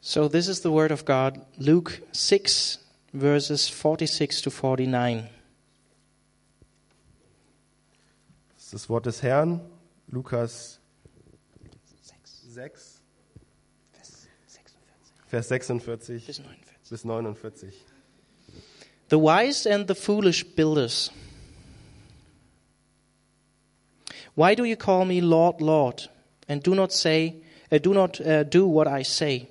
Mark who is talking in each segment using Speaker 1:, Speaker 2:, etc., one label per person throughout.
Speaker 1: So this is the word of God, Luke 6, verses 46 to 49.
Speaker 2: Das ist das Wort des Herrn, Lukas 6, Vers 46 bis 49.
Speaker 1: The wise and the foolish builders. Why do you call me Lord, Lord, and do not say, uh, do not uh, do what I say?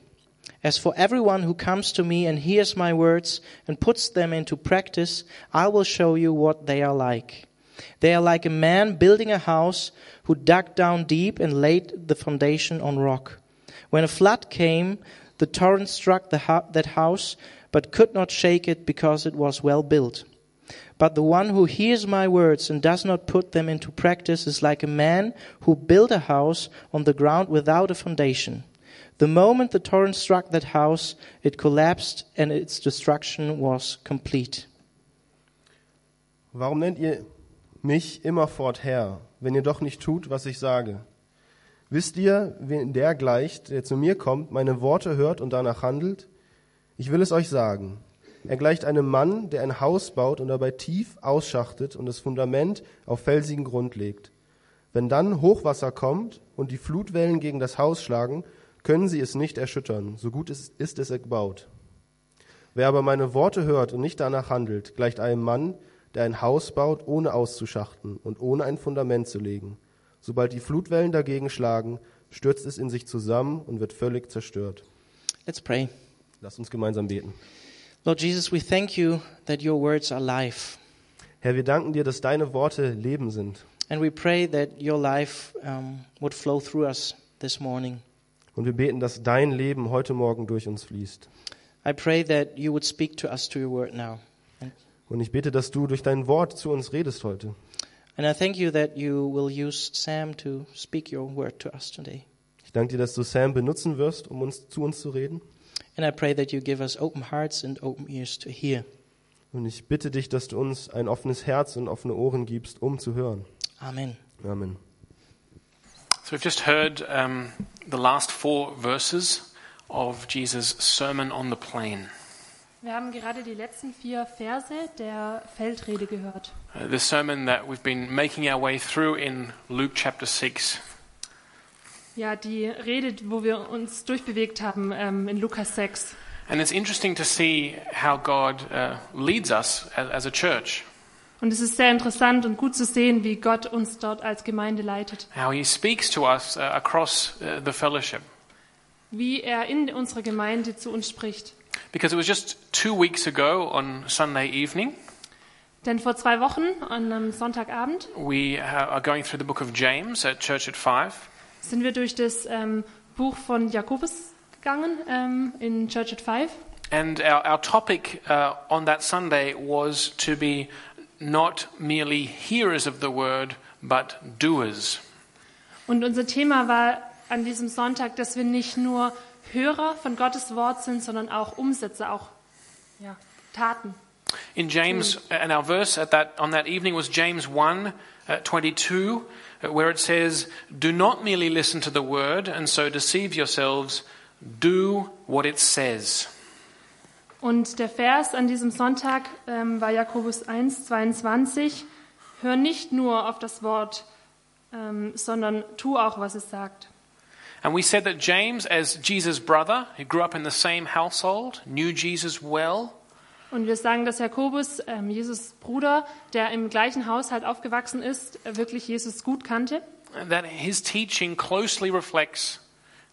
Speaker 1: As for everyone who comes to me and hears my words and puts them into practice, I will show you what they are like. They are like a man building a house who dug down deep and laid the foundation on rock. When a flood came, the torrent struck the hou- that house, but could not shake it because it was well built. But the one who hears my words and does not put them into practice is like a man who built a house on the ground without a foundation. The moment the torrent struck that house, it collapsed and its destruction was complete.
Speaker 2: Warum nennt ihr mich immerfort Herr, wenn ihr doch nicht tut, was ich sage? Wisst ihr, wen der gleicht, der zu mir kommt, meine Worte hört und danach handelt? Ich will es euch sagen. Er gleicht einem Mann, der ein Haus baut und dabei tief ausschachtet und das Fundament auf felsigen Grund legt. Wenn dann Hochwasser kommt und die Flutwellen gegen das Haus schlagen, können sie es nicht erschüttern, so gut es ist es erbaut. Wer aber meine Worte hört und nicht danach handelt, gleicht einem Mann, der ein Haus baut, ohne auszuschachten und ohne ein Fundament zu legen. Sobald die Flutwellen dagegen schlagen, stürzt es in sich zusammen und wird völlig zerstört.
Speaker 1: Let's pray.
Speaker 2: Lasst uns gemeinsam beten.
Speaker 1: Lord Jesus, we thank you that your words are life.
Speaker 2: Herr, wir danken dir, dass deine Worte Leben sind.
Speaker 1: And we pray that your life um, would flow through us this morning.
Speaker 2: Und wir beten, dass dein Leben heute Morgen durch uns fließt.
Speaker 1: I pray that you would speak to us to your word now.
Speaker 2: Und ich bete, dass du durch dein Wort zu uns redest heute.
Speaker 1: And I thank you that you will use Sam to speak your word to us today.
Speaker 2: Ich danke dir, dass du Sam benutzen wirst, um uns, zu uns zu reden.
Speaker 1: And I pray that you give us open hearts and open ears to hear.
Speaker 2: Und ich bitte dich, dass du uns ein offenes Herz und offene Ohren gibst, um zu hören.
Speaker 1: Amen.
Speaker 2: Amen.
Speaker 3: So we've just heard um, the last four verses of Jesus' Sermon on the Plain.
Speaker 4: Wir haben gerade die letzten vier Verse der Feldrede gehört.
Speaker 3: Uh, the sermon that we've been making our way through in Luke chapter 6.
Speaker 4: Ja, die Rede, wo wir uns durchbewegt haben ähm, in Lukas 6.
Speaker 3: And it's interesting to see how God uh, leads us as, as a church,
Speaker 4: Und es ist sehr interessant und gut zu sehen, wie Gott uns dort als Gemeinde leitet.
Speaker 3: how He speaks to us uh, across uh, the fellowship.
Speaker 4: Wie er in unserer Gemeinde zu uns spricht.
Speaker 3: Because it was just two weeks ago on Sunday evening,
Speaker 4: Denn vor zwei Wochen, an einem Sonntagabend,
Speaker 3: we uh, are going through the book of James at Church at Five.
Speaker 4: sind wir durch das ähm, Buch von Jakobus gegangen ähm, in Church at Five.
Speaker 3: And our, our topic uh, on that Sunday was to be not merely hearers of the word, but doers.
Speaker 4: Und unser Thema war an diesem Sonntag, dass wir nicht nur Hörer von Gottes Wort sind, sondern auch Umsetzer, auch ja, Taten.
Speaker 3: In James, uh, and our verse at that, on that evening was James 1 uh, 22, uh, where it says, Do not merely listen to the word and so deceive yourselves, do what it says.
Speaker 4: Und der Vers an diesem Sonntag ähm, war Jakobus 1, 22. Hör nicht nur auf das Wort, ähm, sondern tu auch, was es sagt.
Speaker 3: And we said that James, as Jesus' brother, who grew up in the same household, knew Jesus well,
Speaker 4: Und wir sagen, dass Jakobus, ähm, Jesus Bruder, der im gleichen Haushalt aufgewachsen ist, äh, wirklich Jesus gut kannte
Speaker 3: that his teaching closely reflects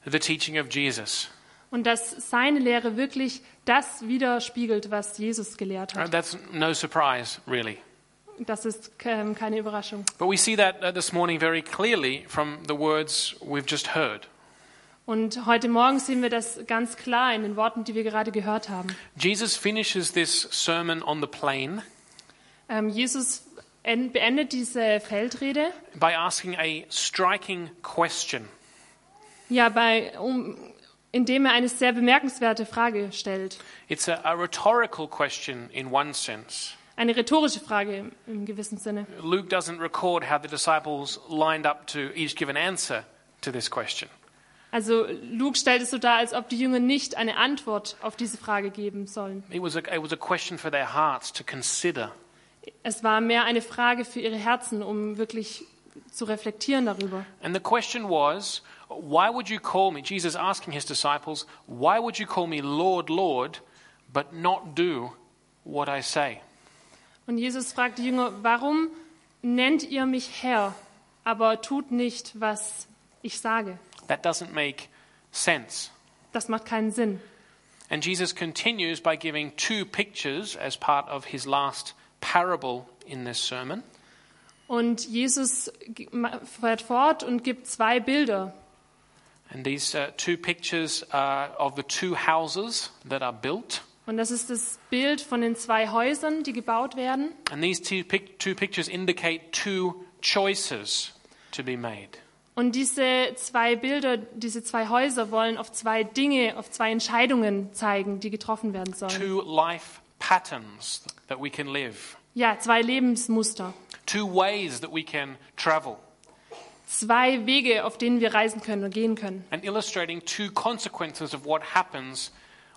Speaker 3: the teaching of Jesus.
Speaker 4: und dass seine Lehre wirklich das widerspiegelt, was Jesus gelehrt
Speaker 3: Uh,
Speaker 4: hat.
Speaker 3: That's no surprise, really.
Speaker 4: Das ist ähm, keine Überraschung.
Speaker 3: But we see that uh, this morning very clearly from the words we've just heard.
Speaker 4: Und heute Morgen sehen wir das ganz klar in den Worten, die wir gerade gehört haben.
Speaker 3: Jesus finishes this sermon on the plain
Speaker 4: Ähm, Jesus en- beendet diese Feldrede
Speaker 3: by asking a striking question.
Speaker 4: ja, bei, um, indem er eine sehr bemerkenswerte Frage stellt.
Speaker 3: It's a, a rhetorical question in one sense.
Speaker 4: Eine rhetorische Frage im, im gewissen Sinne.
Speaker 3: Luke doesn't record how the disciples lined up to each give an answer to this question.
Speaker 4: Also Luke stellt es so dar, als ob die Jünger nicht eine Antwort auf diese Frage geben sollen.
Speaker 3: It was a, it was a question for their hearts to consider.
Speaker 4: Es war mehr eine Frage für ihre Herzen, um wirklich zu reflektieren darüber.
Speaker 3: And the question was, why would you call me, Jesus asking his disciples, why would you call me Lord, Lord, but not do what I say?
Speaker 4: Und Jesus fragt die Jünger, warum nennt ihr mich Herr, aber tut nicht, was ich sage?
Speaker 3: That doesn't make sense.
Speaker 4: Das macht keinen Sinn.
Speaker 3: And Jesus continues by giving two pictures as part of his last parable in this sermon.
Speaker 4: Und Jesus g- ma- fährt fort und gibt zwei Bilder.
Speaker 3: And these uh, two pictures are of the two houses that are built.
Speaker 4: Und das ist das Bild von den zwei Häusern, die gebaut werden.
Speaker 3: And these two, pic- two pictures indicate two choices to be made.
Speaker 4: Und diese zwei Bilder, diese zwei Häuser wollen auf zwei Dinge, auf zwei Entscheidungen zeigen, die getroffen werden sollen.
Speaker 3: two life patterns that we can live,
Speaker 4: Ja, zwei Lebensmuster,
Speaker 3: two ways that we can travel,
Speaker 4: zwei Wege, auf denen wir reisen können und gehen können.
Speaker 3: and illustrating two consequences of what happens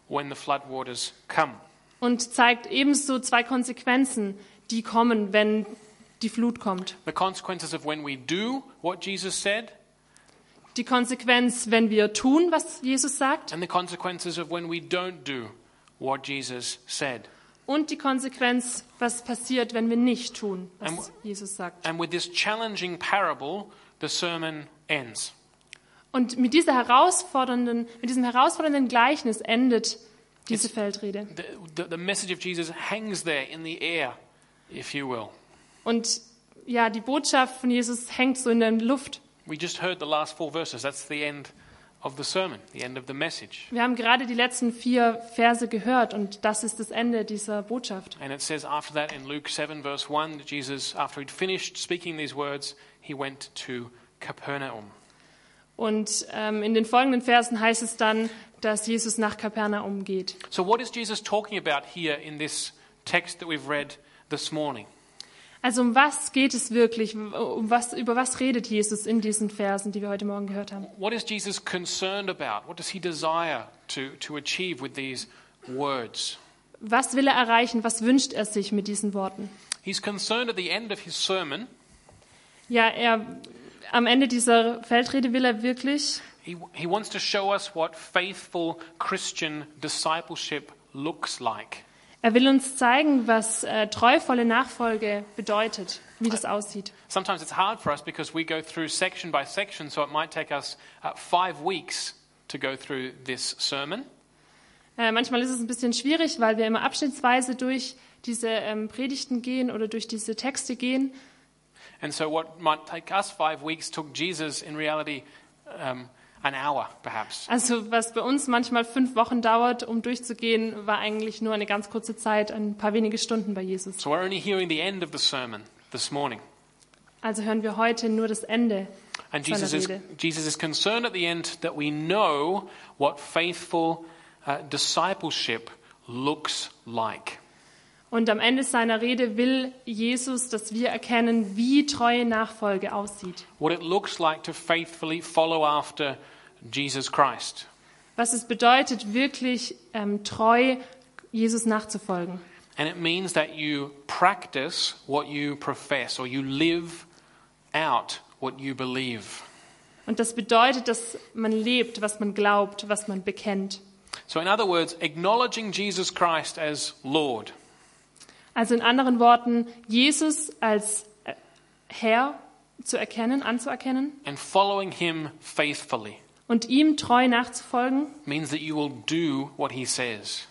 Speaker 3: when the floodwaters come.
Speaker 4: Und zeigt ebenso zwei Konsequenzen, die kommen, wenn die Flut kommt.
Speaker 3: The consequences of when we do what Jesus said,
Speaker 4: Die Konsequenz, wenn wir tun, was Jesus sagt,
Speaker 3: and the consequences of when we don't do what Jesus said.
Speaker 4: und die Konsequenz, was passiert, wenn wir nicht tun, was Jesus sagt.
Speaker 3: And with this challenging parable, the sermon ends.
Speaker 4: Und mit, dieser herausfordernden, mit diesem herausfordernden Gleichnis endet diese Feldrede.
Speaker 3: The, the, the message of Jesus hangs there in the air, if you will.
Speaker 4: Und ja, die Botschaft von Jesus hängt so in der Luft.
Speaker 3: We just heard the last four verses. That's the end of the sermon, the end of the message.
Speaker 4: Wir haben gerade die letzten vier Verse gehört und das ist das Ende dieser Botschaft.
Speaker 3: And it says after that in Luke 7, verse 1, that Jesus, after he'd finished speaking these words, he went to Capernaum.
Speaker 4: Und ähm, in den folgenden Versen heißt es dann, dass Jesus nach Kapernaum geht.
Speaker 3: So, what is Jesus talking about here in this text that we've read this morning?
Speaker 4: Also um was geht es wirklich? Um was, über was redet Jesus in diesen Versen, die wir heute Morgen gehört haben?
Speaker 3: What is Jesus concerned about? What does he desire to, to achieve with these words?
Speaker 4: Was will er erreichen? Was wünscht er sich mit diesen Worten?
Speaker 3: He's concerned at the end of his sermon,
Speaker 4: Ja, er am Ende dieser Feldrede will er wirklich,
Speaker 3: he, he wants to show us what faithful Christian discipleship looks like.
Speaker 4: er will uns zeigen, was äh, treuvolle Nachfolge bedeutet, wie das aussieht.
Speaker 3: Sometimes it's hard for us because we go through section by section, so it might take us uh, five weeks to go through this sermon.
Speaker 4: Äh, manchmal ist es ein bisschen schwierig, weil wir immer abschnittsweise durch diese ähm, Predigten gehen oder durch diese Texte gehen.
Speaker 3: And so, what might take us five weeks took Jesus, in reality, um, an hour perhaps.
Speaker 4: Also was bei uns manchmal fünf Wochen dauert, um durchzugehen, war eigentlich nur eine ganz kurze Zeit, ein paar wenige Stunden bei Jesus.
Speaker 3: So, we're only hearing the end of the sermon this morning.
Speaker 4: Also hören wir heute nur das Ende.
Speaker 3: And
Speaker 4: Seiner
Speaker 3: Jesus is,
Speaker 4: Rede.
Speaker 3: Jesus is concerned at the end that we know what faithful uh, discipleship looks like.
Speaker 4: Und am Ende seiner Rede will Jesus, dass wir erkennen, wie treue Nachfolge aussieht.
Speaker 3: What it looks like to faithfully follow after Jesus Christ.
Speaker 4: Was es bedeutet, wirklich ähm, treu Jesus nachzufolgen.
Speaker 3: And it means that you practice what you profess or you live out what you believe.
Speaker 4: Und das bedeutet, dass man lebt, was man glaubt, was man bekennt.
Speaker 3: So, in other words, acknowledging Jesus Christ as Lord,
Speaker 4: Also in anderen Worten, Jesus als äh, Herr zu erkennen, anzuerkennen
Speaker 3: and following him faithfully
Speaker 4: und ihm treu nachzufolgen,
Speaker 3: means that you will do what he says.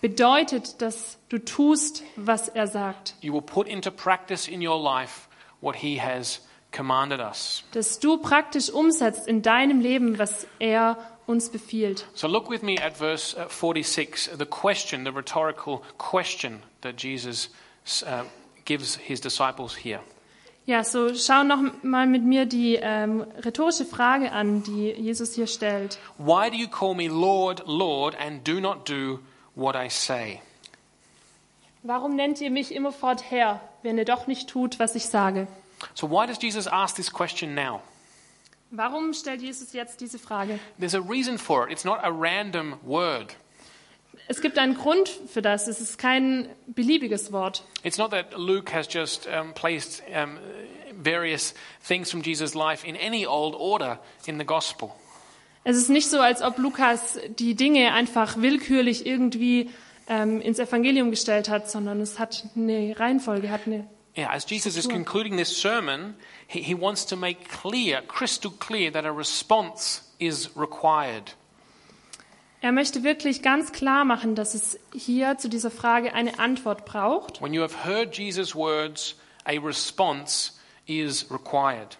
Speaker 4: bedeutet, dass du tust, was er sagt.
Speaker 3: You will put into practice in your life what he has commanded us.
Speaker 4: Dass du praktisch umsetzt in deinem Leben, was er uns befiehlt.
Speaker 3: So, look with me at verse uh, 46, the question, the rhetorical question that Jesus uh, gives his disciples here.
Speaker 4: Ja, so schau noch mal mit mir die ähm, rhetorische Frage an, die Jesus hier stellt.
Speaker 3: Why do you call me Lord, Lord, and do not do what I say?
Speaker 4: Warum nennt ihr mich immerfort Herr, wenn ihr doch nicht tut, was ich sage?
Speaker 3: So, why does Jesus ask this question now?
Speaker 4: Warum stellt Jesus jetzt diese Frage?
Speaker 3: There's a reason for it. It's not a random word.
Speaker 4: Es gibt einen Grund für das. Es ist kein beliebiges Wort.
Speaker 3: It's not that Luke has just um, placed um, various things from Jesus' life in any old order in the gospel.
Speaker 4: Es ist nicht so, als ob Lukas die Dinge einfach willkürlich irgendwie ähm, ins Evangelium gestellt hat, sondern es hat eine Reihenfolge, hat eine.
Speaker 3: Yeah, as Jesus is concluding this sermon, he, he wants to make clear, crystal clear, that a response is required.
Speaker 4: Er möchte wirklich ganz klar machen, dass es hier zu dieser Frage eine Antwort braucht.
Speaker 3: When you have heard Jesus' words, a response is required.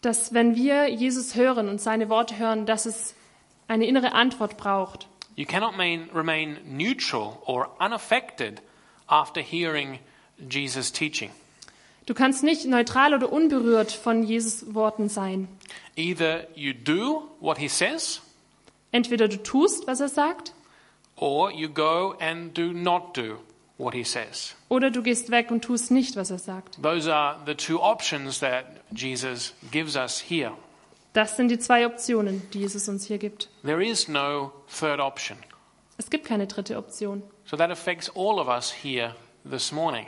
Speaker 4: Dass wenn wir Jesus hören und seine Worte hören, dass es eine innere Antwort braucht.
Speaker 3: You cannot main, remain neutral or unaffected after hearing Jesus' teaching.
Speaker 4: Du kannst nicht neutral oder unberührt von Jesus Worten sein.
Speaker 3: Either you do what he says,
Speaker 4: Entweder du tust, was er sagt,
Speaker 3: or you go and do not do what he says.
Speaker 4: oder du gehst weg und tust nicht, was er sagt.
Speaker 3: Those are the two options that Jesus gives us here.
Speaker 4: Das sind die zwei Optionen, die Jesus uns hier gibt.
Speaker 3: There is no third option.
Speaker 4: Es gibt keine dritte Option.
Speaker 3: So that affects all of us here this morning.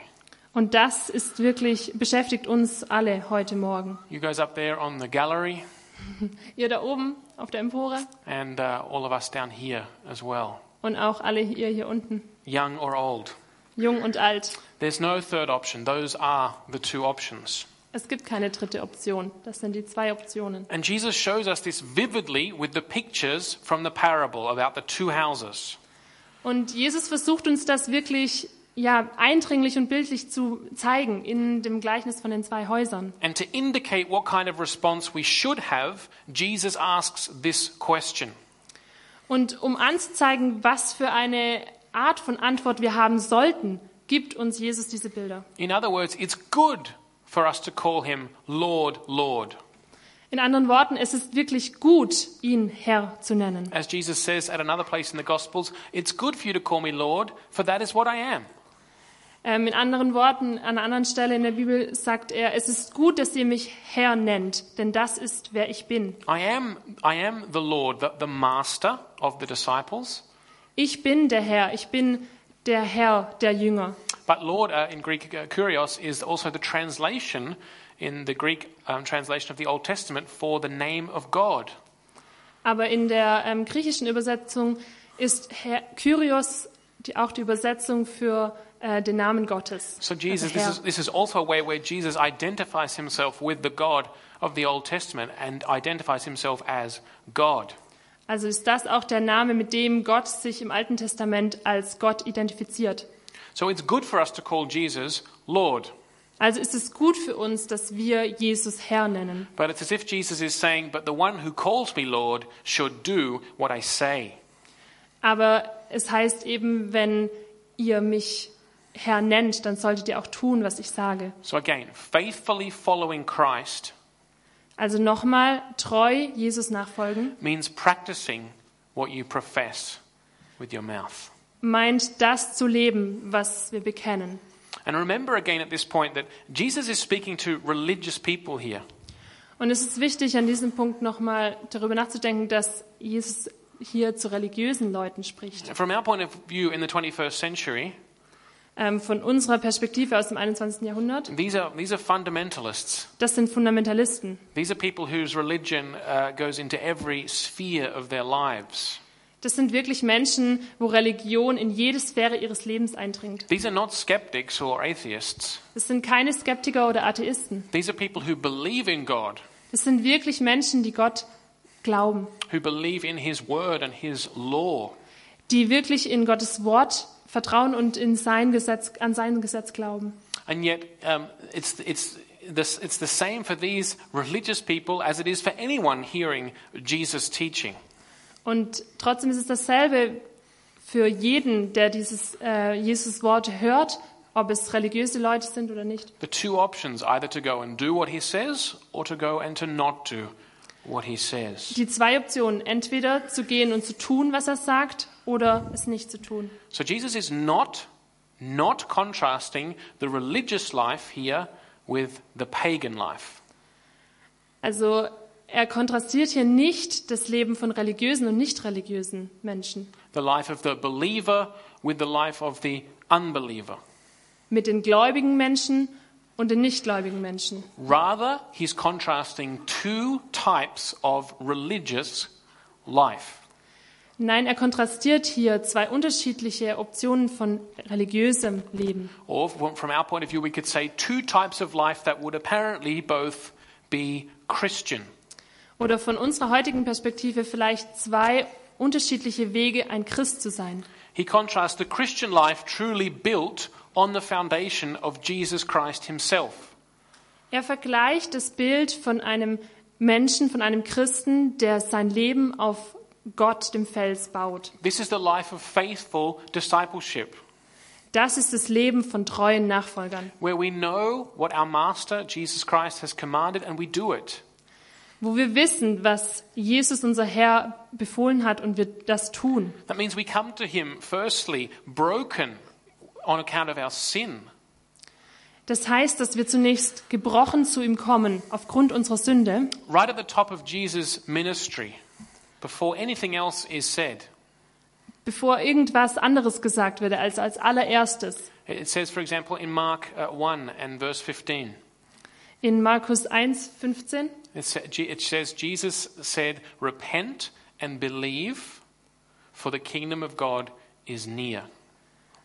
Speaker 4: Und das ist wirklich beschäftigt uns alle heute Morgen.
Speaker 3: You guys up there on the gallery,
Speaker 4: Ihr da oben auf der Empore
Speaker 3: and uh, all of us down hier as well,
Speaker 4: und auch alle ihr hier unten,
Speaker 3: young or old.
Speaker 4: jung und alt.
Speaker 3: There's no third option. Those are the two options.
Speaker 4: Es gibt keine dritte Option. Das sind die zwei Optionen.
Speaker 3: And Jesus shows us this vividly with the pictures from the parable about the two houses.
Speaker 4: Und Jesus versucht uns das wirklich ja eindringlich und bildlich zu zeigen in dem Gleichnis von den zwei Häusern.
Speaker 3: And to indicate what kind of response we should have, Jesus asks this question
Speaker 4: Und um anzuzeigen, was für eine Art von Antwort wir haben sollten, gibt uns Jesus diese Bilder.
Speaker 3: In other words, it's good for us to call him Lord, Lord.
Speaker 4: In anderen Worten, es ist wirklich gut, ihn Herr zu nennen.
Speaker 3: As Jesus says at another place in the Gospels, it's good for you to call me Lord, for that is what I am.
Speaker 4: Ähm, in anderen Worten, an einer anderen Stelle in der Bibel sagt er, es ist gut, dass ihr mich Herr nennt, denn das ist, wer ich bin.
Speaker 3: I am, I am the Lord, the, the master of the disciples.
Speaker 4: Ich bin der Herr, ich bin der Herr der Jünger.
Speaker 3: But Lord uh, in Greek, uh, kurios, is also the translation in the Greek um, translation of the Old Testament for the name of God.
Speaker 4: Aber in der ähm, griechischen Übersetzung ist Herr, Kyrios die, auch die Übersetzung für äh, den Namen Gottes.
Speaker 3: So Jesus,
Speaker 4: also
Speaker 3: this
Speaker 4: Herr.
Speaker 3: is, this is also a way where Jesus identifies himself with the God of the Old Testament and identifies himself as God.
Speaker 4: Also ist das auch der Name, mit dem Gott sich im Alten Testament als Gott identifiziert.
Speaker 3: So it's good for us to call Jesus Lord.
Speaker 4: Also ist es gut für uns, dass wir Jesus Herr nennen.
Speaker 3: But it's as if Jesus is saying, But the one who calls me Lord should do what I say.
Speaker 4: Aber es heißt eben, wenn ihr mich Herr nennt, dann solltet ihr auch tun, was ich sage.
Speaker 3: So again, faithfully following Christ
Speaker 4: Also nochmal, treu Jesus nachfolgen
Speaker 3: means practicing what you profess with your mouth.
Speaker 4: meint das zu leben, was wir bekennen.
Speaker 3: And remember again at this point that Jesus is speaking to religious people here.
Speaker 4: Und es ist wichtig, an diesem Punkt nochmal darüber nachzudenken, dass Jesus hier zu religiösen Leuten spricht.
Speaker 3: From our point of view in the 21st century,
Speaker 4: Ähm, von unserer Perspektive aus dem 21. Jahrhundert,
Speaker 3: these are, these are fundamentalists.
Speaker 4: das sind Fundamentalisten.
Speaker 3: These are people whose religion uh, goes into every sphere of their lives.
Speaker 4: Das sind wirklich Menschen, wo Religion in jede Sphäre ihres Lebens eindringt.
Speaker 3: These are not skeptics or atheists.
Speaker 4: Das sind keine Skeptiker oder Atheisten.
Speaker 3: These are people who believe in God,
Speaker 4: Das sind wirklich Menschen, die Gott glauben,
Speaker 3: who believe in His word and His law.
Speaker 4: die wirklich in Gottes Wort vertrauen und in sein Gesetz, an sein Gesetz glauben.
Speaker 3: And yet, um, it's, it's, this, it's the same for these religious people as it is for anyone hearing Jesus' teaching.
Speaker 4: Und trotzdem ist es dasselbe für jeden, der dieses äh, Jesus Wort hört, ob es religiöse Leute sind oder nicht.
Speaker 3: The two options either to go and do what he says or to go and to not do what he says.
Speaker 4: Die zwei Optionen, entweder zu gehen und zu tun, was er sagt, oder es nicht zu tun.
Speaker 3: So Jesus is not not contrasting the religious life here with the pagan life.
Speaker 4: Also er kontrastiert hier nicht das Leben von religiösen und nicht religiösen Menschen
Speaker 3: the life of the believer with the life of the unbeliever.
Speaker 4: mit den gläubigen Menschen und den nichtgläubigen Menschen.
Speaker 3: Rather, he's contrasting two types of religious life.
Speaker 4: Nein, er kontrastiert hier zwei unterschiedliche Optionen von religiösem Leben.
Speaker 3: Or, from from our point of view, we could say two types of life that would apparently both be Christian.
Speaker 4: Oder von unserer heutigen Perspektive vielleicht zwei unterschiedliche Wege, ein Christ zu sein.
Speaker 3: He contrasts the Christian life truly built on the foundation of Jesus Christ himself.
Speaker 4: Er vergleicht das Bild von einem Menschen, von einem Christen, der sein Leben auf Gott, dem Fels, baut.
Speaker 3: This is the life of faithful discipleship,
Speaker 4: Das ist das Leben von treuen Nachfolgern,
Speaker 3: where we know what our Master, Jesus Christ, has commanded and we do it.
Speaker 4: wo wir wissen, was Jesus, unser Herr, befohlen hat und wir das tun.
Speaker 3: That means we come to him, firstly, broken on account of our sin,
Speaker 4: Das heißt, dass wir zunächst gebrochen zu ihm kommen aufgrund unserer Sünde.
Speaker 3: right at the top of Jesus' ministry, before anything else is said.
Speaker 4: bevor irgendwas anderes gesagt wird, als als allererstes.
Speaker 3: It says, for example, in Mark uh, 1 and verse 15,
Speaker 4: In Markus 1, 15.
Speaker 3: it, sa- Je- it says, Jesus said, Repent and believe, for the kingdom of God is near.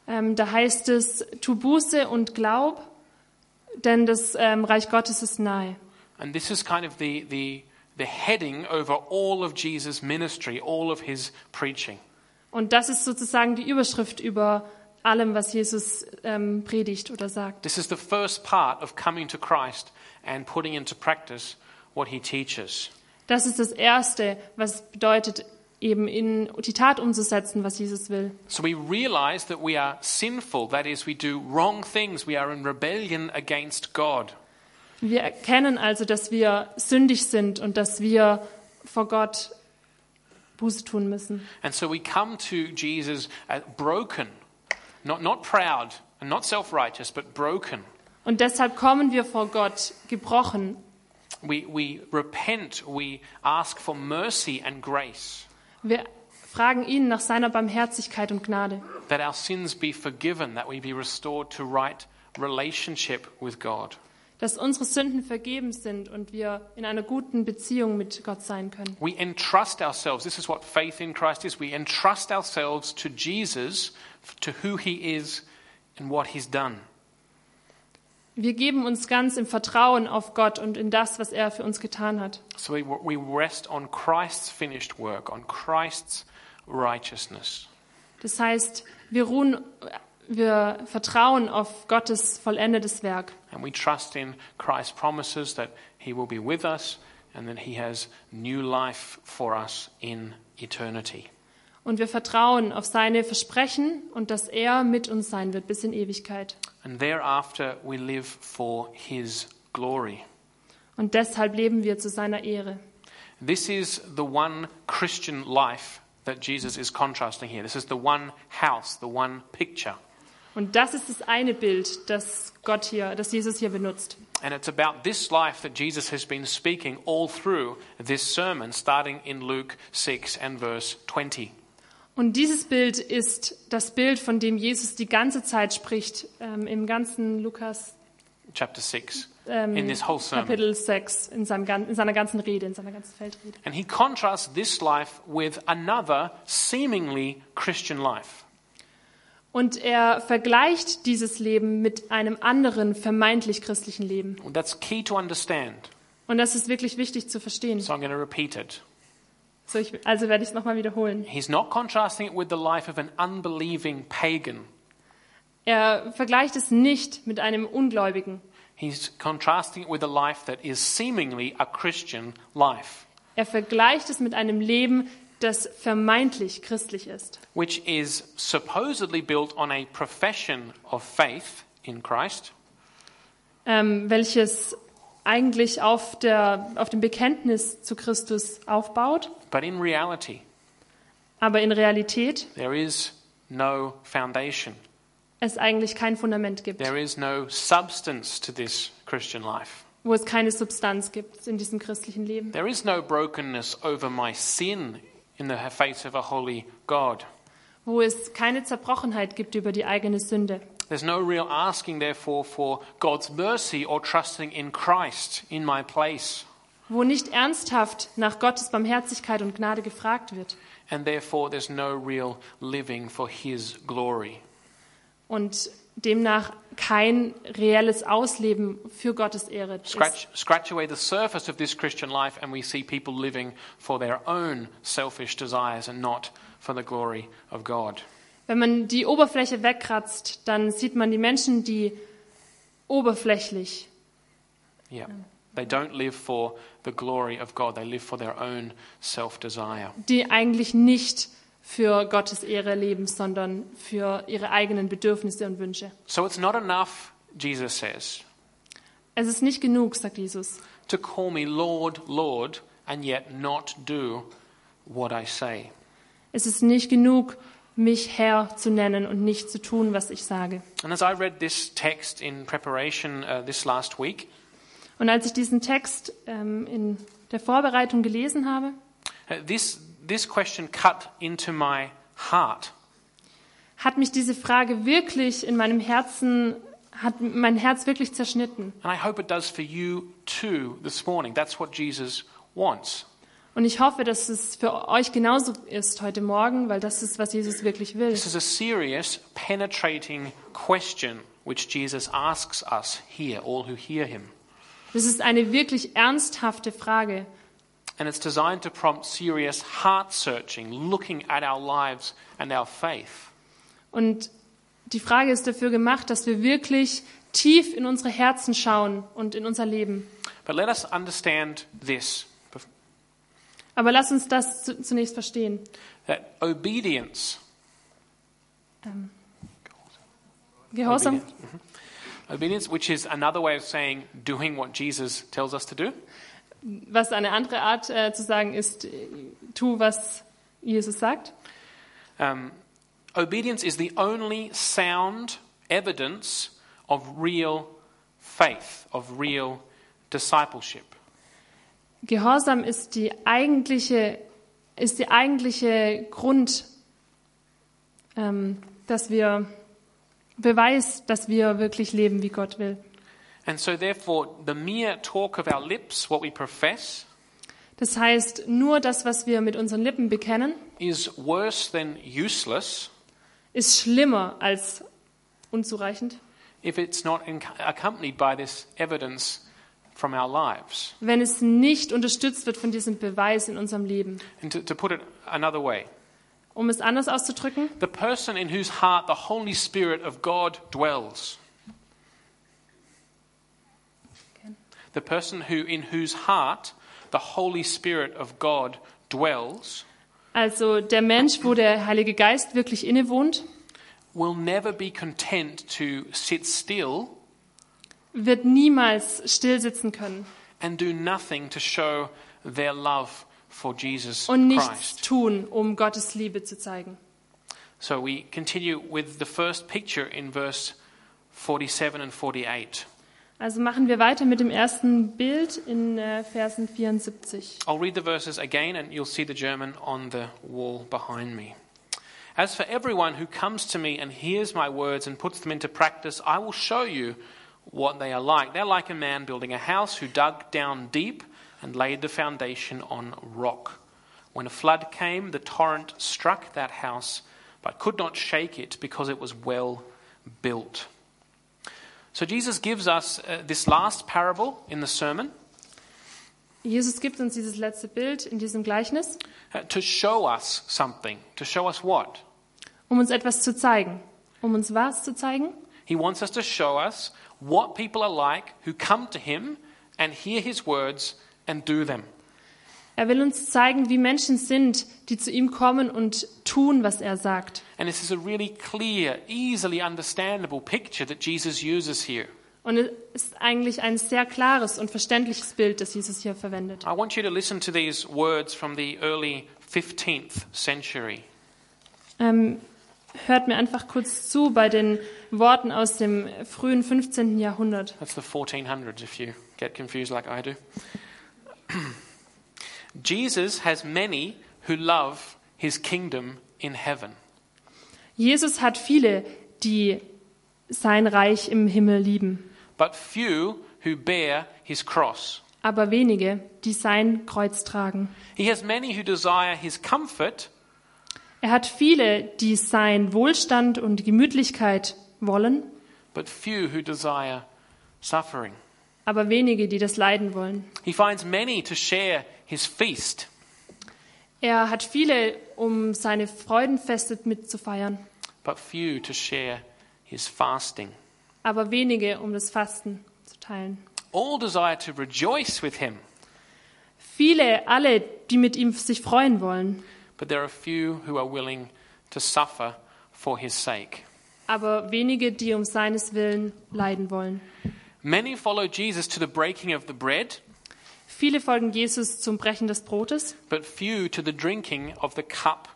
Speaker 4: Ähm, da heißt es, tu Buße und glaub, denn das ähm, Reich Gottes ist nahe.
Speaker 3: And this is kind of the, the, the heading over all of Jesus' ministry, all of his preaching.
Speaker 4: Und das ist sozusagen die Überschrift über allem, was Jesus ähm, predigt oder sagt.
Speaker 3: This is the first part of coming to Christ and putting into practice what he teaches.
Speaker 4: Das ist das Erste, was bedeutet, eben in die Tat umzusetzen, was Jesus will.
Speaker 3: So we realize that we are sinful, that is, we do wrong things, we are in rebellion against God.
Speaker 4: Wir erkennen also, dass wir sündig sind und dass wir vor Gott Buße tun müssen.
Speaker 3: And so we come to Jesus uh, broken, not, not proud and not self righteous, but broken.
Speaker 4: Und deshalb kommen wir vor Gott gebrochen.
Speaker 3: We, we repent, we ask for mercy and grace,
Speaker 4: Wir fragen ihn nach seiner Barmherzigkeit und Gnade,
Speaker 3: that our sins be forgiven, that we be restored to right relationship with God.
Speaker 4: dass unsere Sünden vergeben sind und wir in einer guten Beziehung mit Gott sein können.
Speaker 3: We entrust ourselves, this is what faith in Christ is, we entrust ourselves to Jesus, to who he is and what he's done.
Speaker 4: Wir geben uns ganz im Vertrauen auf Gott und in das, was er für uns getan hat.
Speaker 3: So we, we rest on Christ's finished work, on Christ's righteousness.
Speaker 4: Das heißt, wir ruhen, wir vertrauen auf Gottes vollendetes Werk.
Speaker 3: And we trust in Christ's promises that He will be with us and that He has new life for us in eternity.
Speaker 4: Und wir vertrauen auf seine Versprechen und dass er mit uns sein wird bis in Ewigkeit.
Speaker 3: And thereafter, we live for His glory.
Speaker 4: Und deshalb leben wir zu seiner Ehre.
Speaker 3: This is the one Christian life that Jesus is contrasting here. This is the one house, the one picture.
Speaker 4: Und das ist das eine Bild, das Gott hier, das Jesus hier benutzt.
Speaker 3: And it's about this life that Jesus has been speaking all through this sermon, starting in Luke 6 and verse 20.
Speaker 4: Und dieses Bild ist das Bild, von dem Jesus die ganze Zeit spricht, ähm, im ganzen Lukas
Speaker 3: chapter 6
Speaker 4: ähm,
Speaker 3: in this whole sermon.
Speaker 4: Kapitel 6, in, seinem, gan- in seiner ganzen Rede, in seiner ganzen Feldrede.
Speaker 3: And he contrasts this life with another seemingly Christian life.
Speaker 4: Und er vergleicht dieses Leben mit einem anderen vermeintlich christlichen Leben.
Speaker 3: That's key to understand.
Speaker 4: Und das ist wirklich wichtig zu verstehen.
Speaker 3: So I'm going to repeat it.
Speaker 4: So ich, also werde ich es nochmal wiederholen.
Speaker 3: He's not contrasting it with the life of an unbelieving pagan.
Speaker 4: Er vergleicht es nicht mit einem Ungläubigen.
Speaker 3: He's contrasting it with a life that is seemingly a Christian life,
Speaker 4: Er vergleicht es mit einem Leben, das vermeintlich christlich ist.
Speaker 3: which is supposedly built on a profession of faith in Christ,
Speaker 4: ähm, welches eigentlich auf, der, auf dem Bekenntnis zu Christus aufbaut,
Speaker 3: but in reality,
Speaker 4: aber in Realität
Speaker 3: there is no foundation.
Speaker 4: es eigentlich kein Fundament gibt.
Speaker 3: There is no substance to this Christian life.
Speaker 4: wo es keine Substanz gibt in diesem christlichen Leben.
Speaker 3: There is no brokenness over my sin in the face of a holy God.
Speaker 4: Wo es keine Zerbrochenheit gibt über die eigene Sünde.
Speaker 3: There's no real asking, therefore, for God's mercy or trusting in Christ in my place.
Speaker 4: Wo nicht ernsthaft nach Gottes Barmherzigkeit und Gnade gefragt wird.
Speaker 3: And therefore, there's no real living for His glory.
Speaker 4: Und demnach kein reelles Ausleben für Gottes Ehre ist.
Speaker 3: Scratch, scratch away the surface of this Christian life, and we see people living for their own selfish desires and not for the glory of God.
Speaker 4: Wenn man die Oberfläche wegkratzt, dann sieht man die Menschen, die oberflächlich
Speaker 3: Yeah. They don't live for the glory of God, they live for their own self desire.
Speaker 4: die eigentlich nicht für Gottes Ehre leben, sondern für ihre eigenen Bedürfnisse und Wünsche.
Speaker 3: So it's not enough, Jesus says,
Speaker 4: Es ist nicht genug, sagt Jesus,
Speaker 3: to call me Lord, Lord, and yet not do what I say.
Speaker 4: es ist nicht genug, mich Herr zu nennen und nicht zu tun, was ich sage.
Speaker 3: And as I read this text in preparation uh, this last week,
Speaker 4: Und als ich diesen Text ähm, in der Vorbereitung gelesen habe,
Speaker 3: uh, this, this question cut into my heart.
Speaker 4: hat mich diese Frage wirklich in meinem Herzen, hat mein Herz wirklich zerschnitten.
Speaker 3: And I hope it does for you too this morning. That's what Jesus wants.
Speaker 4: Und ich hoffe, dass es für euch genauso ist heute Morgen, weil das ist, was Jesus wirklich will.
Speaker 3: This is a serious, penetrating question which Jesus asks us here, all who hear him.
Speaker 4: Das ist eine wirklich ernsthafte Frage.
Speaker 3: And it's designed to prompt serious heart searching, looking at our lives and our faith.
Speaker 4: Und die Frage ist dafür gemacht, dass wir wirklich tief in unsere Herzen schauen und in unser Leben.
Speaker 3: But let us understand this
Speaker 4: Aber lass uns das zu- zunächst verstehen.
Speaker 3: that obedience,
Speaker 4: Gehorsam,
Speaker 3: obedience, which is another way of saying doing what Jesus tells us to do,
Speaker 4: was eine andere Art äh, zu sagen ist, äh, tu, was Jesus sagt.
Speaker 3: um, obedience is the only sound evidence of real faith, of real discipleship.
Speaker 4: Gehorsam ist die eigentliche, ist die eigentliche Grund, ähm, dass wir Beweis, dass wir wirklich leben, wie Gott will.
Speaker 3: And so, therefore, the mere talk of our lips, what we profess,
Speaker 4: Das heißt, nur das, was wir mit unseren Lippen bekennen,
Speaker 3: is worse than useless
Speaker 4: ist schlimmer als unzureichend,
Speaker 3: if it's not in- accompanied by this evidence from our lives.
Speaker 4: wenn es nicht unterstützt wird von diesem Beweis in unserem Leben.
Speaker 3: And to, to put it another way,
Speaker 4: Um es anders auszudrücken,
Speaker 3: the person in whose heart the Holy Spirit of God dwells, the person who, in whose heart the Holy Spirit of God dwells,
Speaker 4: also der Mensch, wo der Heilige Geist wirklich innewohnt,
Speaker 3: will never be content to sit still
Speaker 4: wird niemals stillsitzen können
Speaker 3: and do nothing to show their love for Jesus
Speaker 4: und nichts
Speaker 3: Christ.
Speaker 4: tun, um Gottes Liebe zu zeigen.
Speaker 3: So we continue with the first picture in verse 47 and 48.
Speaker 4: Also machen wir weiter mit dem ersten Bild in äh, Versen 74.
Speaker 3: I'll read the verses again, and you'll see the German on the wall behind me. As for everyone who comes to me and hears my words and puts them into practice, I will show you what they are like. They're like a man building a house who dug down deep and laid the foundation on rock. When a flood came, the torrent struck that house, but could not shake it because it was well built. So Jesus gives us uh, this last parable in the sermon.
Speaker 4: Jesus gibt uns dieses letzte Bild in diesem Gleichnis,
Speaker 3: Uh, to show us something. To show us what?
Speaker 4: um uns etwas zu zeigen. Um uns was zu zeigen?
Speaker 3: He wants us to show us what people are like who come to him and hear his words and do them.
Speaker 4: Er will uns zeigen, wie Menschen sind, die zu ihm kommen und tun, was er sagt.
Speaker 3: And this is a really clear, easily understandable picture that Jesus uses here.
Speaker 4: Und es ist eigentlich ein sehr klares und verständliches Bild, das Jesus hier verwendet.
Speaker 3: I want you to listen to these words from the early 15th century.
Speaker 4: Ähm, hört mir einfach kurz zu bei den Worten aus dem frühen 15. Jahrhundert.
Speaker 3: That's the 1400s if you get confused like I do. Jesus has many who love his kingdom in heaven.
Speaker 4: Jesus hat viele, die sein Reich im Himmel lieben,
Speaker 3: but few who bear his cross.
Speaker 4: aber wenige, die sein Kreuz tragen.
Speaker 3: He has many who desire his comfort,
Speaker 4: Er hat viele, die sein Wohlstand und Gemütlichkeit wollen,
Speaker 3: but few who desire suffering.
Speaker 4: aber wenige, die das Leiden wollen.
Speaker 3: He finds many to share his feast,
Speaker 4: Er hat viele, um seine Freudenfeste mitzufeiern,
Speaker 3: but few to share his fasting.
Speaker 4: aber wenige, um das Fasten zu teilen.
Speaker 3: All desire to rejoice with him,
Speaker 4: Viele, alle, die mit ihm sich freuen wollen,
Speaker 3: but there are few who are willing to suffer for his sake.
Speaker 4: aber wenige, die um seines Willen leiden wollen.
Speaker 3: Many follow Jesus to the breaking of the bread,
Speaker 4: Viele folgen Jesus zum Brechen des Brotes,
Speaker 3: but few to the drinking of the cup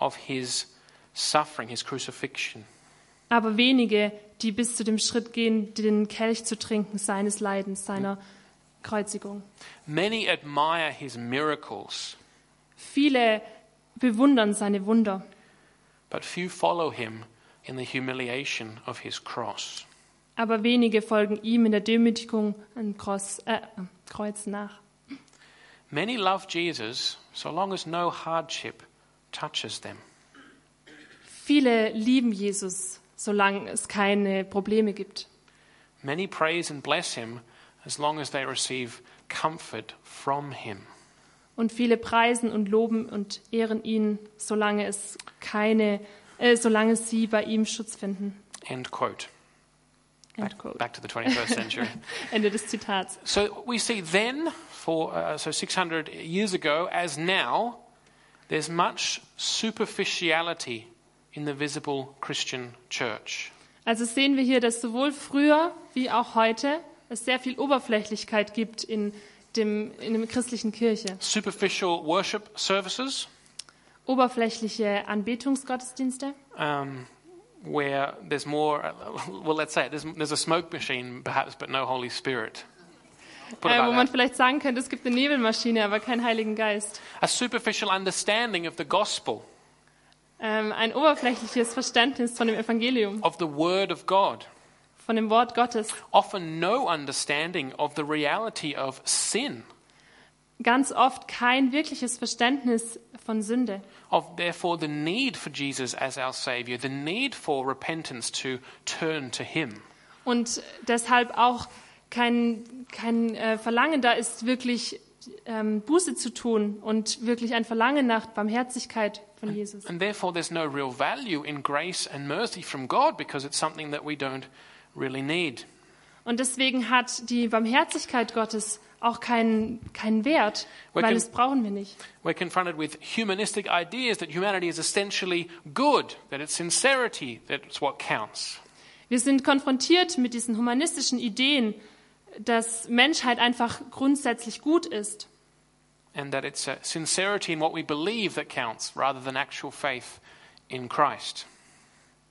Speaker 3: of his suffering, his crucifixion.
Speaker 4: aber wenige, die bis zu dem Schritt gehen, den Kelch zu trinken seines Leidens, seiner Kreuzigung.
Speaker 3: Many admire his miracles,
Speaker 4: Viele bewundern seine Wunder,
Speaker 3: but few follow him in the humiliation of his cross.
Speaker 4: aber wenige folgen ihm in der Demütigung am Kreuz, äh, am Kreuz nach.
Speaker 3: Many love Jesus so long as no hardship touches them.
Speaker 4: Viele lieben Jesus, solange es keine Probleme gibt.
Speaker 3: Many praise and bless him as long as they receive comfort from him.
Speaker 4: Und viele preisen und loben und ehren ihn, solange es keine, äh, solange sie bei ihm Schutz finden.
Speaker 3: End quote.
Speaker 4: End quote.
Speaker 3: Back to the 21st century.
Speaker 4: Ende des Zitats.
Speaker 3: So we see then, for uh, so 600 years ago, as now, there's much superficiality in the visible Christian church.
Speaker 4: Also sehen wir hier, dass sowohl früher wie auch heute es sehr viel Oberflächlichkeit gibt in dem, in der christlichen Kirche.
Speaker 3: Superficial worship services,
Speaker 4: Oberflächliche Anbetungsgottesdienste,
Speaker 3: um, where there's more, well, let's say it, there's, there's a smoke machine perhaps, but no Holy Spirit. Put it
Speaker 4: äh, wo
Speaker 3: like
Speaker 4: man
Speaker 3: that.
Speaker 4: vielleicht sagen könnte, es gibt eine Nebelmaschine, aber keinen Heiligen Geist.
Speaker 3: A superficial understanding of the gospel,
Speaker 4: Ähm, ein oberflächliches Verständnis von dem Evangelium,
Speaker 3: of the word of God.
Speaker 4: von dem Wort Gottes.
Speaker 3: Often no understanding of the reality of sin.
Speaker 4: Ganz oft kein wirkliches Verständnis von Sünde.
Speaker 3: of therefore the need for Jesus as our Savior, the need for repentance to turn to Him.
Speaker 4: Und deshalb auch kein, kein äh, Verlangen da ist, wirklich ähm, Buße zu tun und wirklich ein Verlangen nach Barmherzigkeit von Jesus.
Speaker 3: And therefore, there's no real value in grace and mercy from God because it's something that we don't really need.
Speaker 4: Und deswegen hat die Barmherzigkeit Gottes auch keinen, keinen Wert,
Speaker 3: Weil
Speaker 4: weil
Speaker 3: gen-
Speaker 4: es brauchen wir nicht.
Speaker 3: We're confronted with humanistic ideas that humanity is essentially good, that it's sincerity that's what counts.
Speaker 4: Wir sind konfrontiert mit diesen humanistischen Ideen, dass Menschheit einfach grundsätzlich gut ist
Speaker 3: And that it's uh, sincerity in what we believe that counts rather than actual faith in Christ.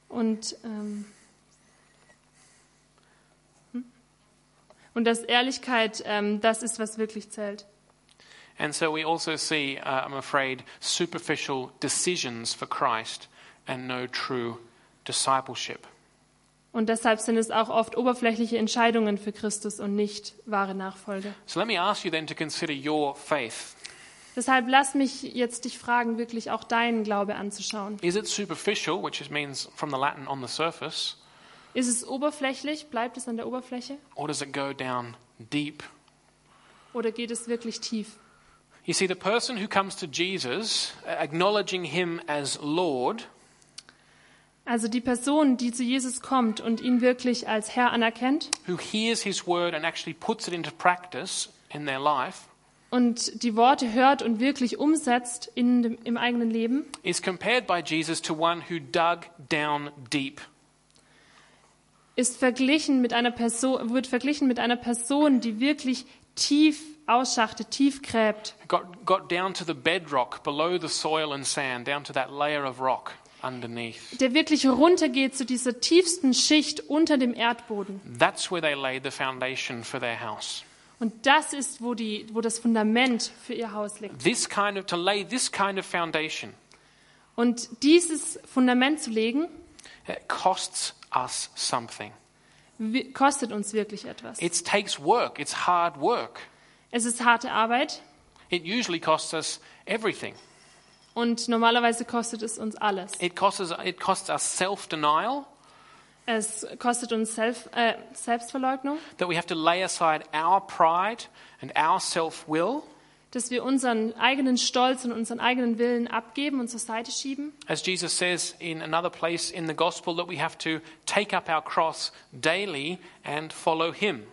Speaker 4: und, ähm, hm? und dass Ehrlichkeit ähm, das ist, was wirklich zählt.
Speaker 3: And so we also see, uh, I'm afraid, superficial decisions for Christ and no true discipleship.
Speaker 4: Und deshalb sind es auch oft oberflächliche Entscheidungen für Christus und nicht wahre Nachfolge.
Speaker 3: So let me ask you then to consider your faith.
Speaker 4: Deshalb lass mich jetzt dich fragen, wirklich auch deinen Glaube anzuschauen.
Speaker 3: Is it superficial, which is means from the Latin on the surface,
Speaker 4: Ist es oberflächlich? Bleibt es an der Oberfläche?
Speaker 3: or does it go down deep?
Speaker 4: Oder geht es wirklich tief?
Speaker 3: You see, the person who comes to Jesus, uh, acknowledging him as Lord,
Speaker 4: Also die Person, die zu Jesus kommt und ihn wirklich als Herr anerkennt
Speaker 3: who hears his word and actually puts it into practice in their life,
Speaker 4: und die Worte hört und wirklich umsetzt in dem, im eigenen Leben,
Speaker 3: is compared by Jesus to one who dug down deep
Speaker 4: ist verglichen mit einer Person, wird verglichen mit einer Person, die wirklich tief ausschachtet, tief gräbt
Speaker 3: got, got down to the bedrock below the soil and sand, down to that layer of rock. underneath.
Speaker 4: der wirklich runtergeht zu dieser tiefsten Schicht unter dem Erdboden.
Speaker 3: That's where they laid the foundation for their house.
Speaker 4: Und das ist, wo, die, wo das Fundament für ihr Haus liegt.
Speaker 3: This kind of to lay this kind of foundation
Speaker 4: Und dieses Fundament zu legen,
Speaker 3: it costs us something.
Speaker 4: wi- kostet uns wirklich etwas.
Speaker 3: It takes work. It's hard work.
Speaker 4: Es ist harte Arbeit
Speaker 3: It usually costs us everything.
Speaker 4: und normalerweise kostet es uns alles.
Speaker 3: It costs us, it costs us self-denial
Speaker 4: Es kostet uns Self, äh, Selbstverleugnung,
Speaker 3: that we have to lay aside our pride and our self-will.
Speaker 4: dass wir unseren eigenen Stolz und unseren eigenen Willen abgeben und zur Seite schieben.
Speaker 3: As Jesus says in another place in the gospel, that we have to take up our cross daily and follow him.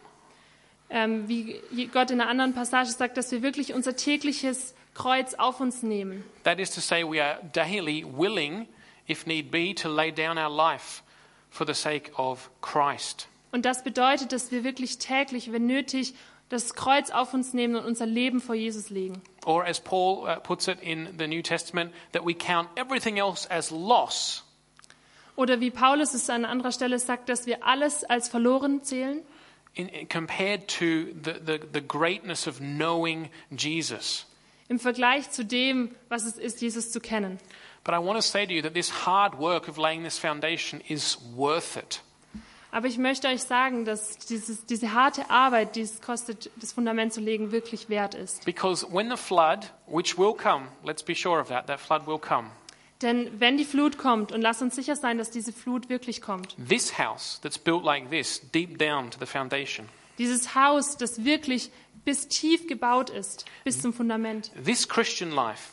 Speaker 4: Ähm, wie Gott in einer anderen Passage sagt, dass wir wirklich unser tägliches Kreuz auf uns nehmen.
Speaker 3: That is to say, we are daily willing, if need be, to lay down our life for the sake of Christ.
Speaker 4: Und das bedeutet, dass wir wirklich täglich, wenn nötig, das Kreuz auf uns nehmen und unser Leben vor Jesus legen.
Speaker 3: Or, as Paul uh, puts it in the New Testament, that we count everything else as loss
Speaker 4: Oder wie Paulus es an anderer Stelle sagt, dass wir alles als verloren zählen,
Speaker 3: in, in- compared to the, the, the greatness of knowing Jesus.
Speaker 4: im Vergleich zu dem, was es ist, Jesus zu kennen.
Speaker 3: But I want to say to you that this hard work of laying this foundation is worth it.
Speaker 4: Aber ich möchte euch sagen, dass dieses, diese harte Arbeit, die es kostet, das Fundament zu legen, wirklich wert ist.
Speaker 3: Because when the flood, which will come, let's be sure of that, that flood will come,
Speaker 4: Denn wenn die Flut kommt, und lasst uns sicher sein, dass diese Flut wirklich kommt,
Speaker 3: this house that's built like this, deep down to the foundation,
Speaker 4: dieses Haus, das wirklich bis tief gebaut ist, bis zum Fundament,
Speaker 3: this Christian life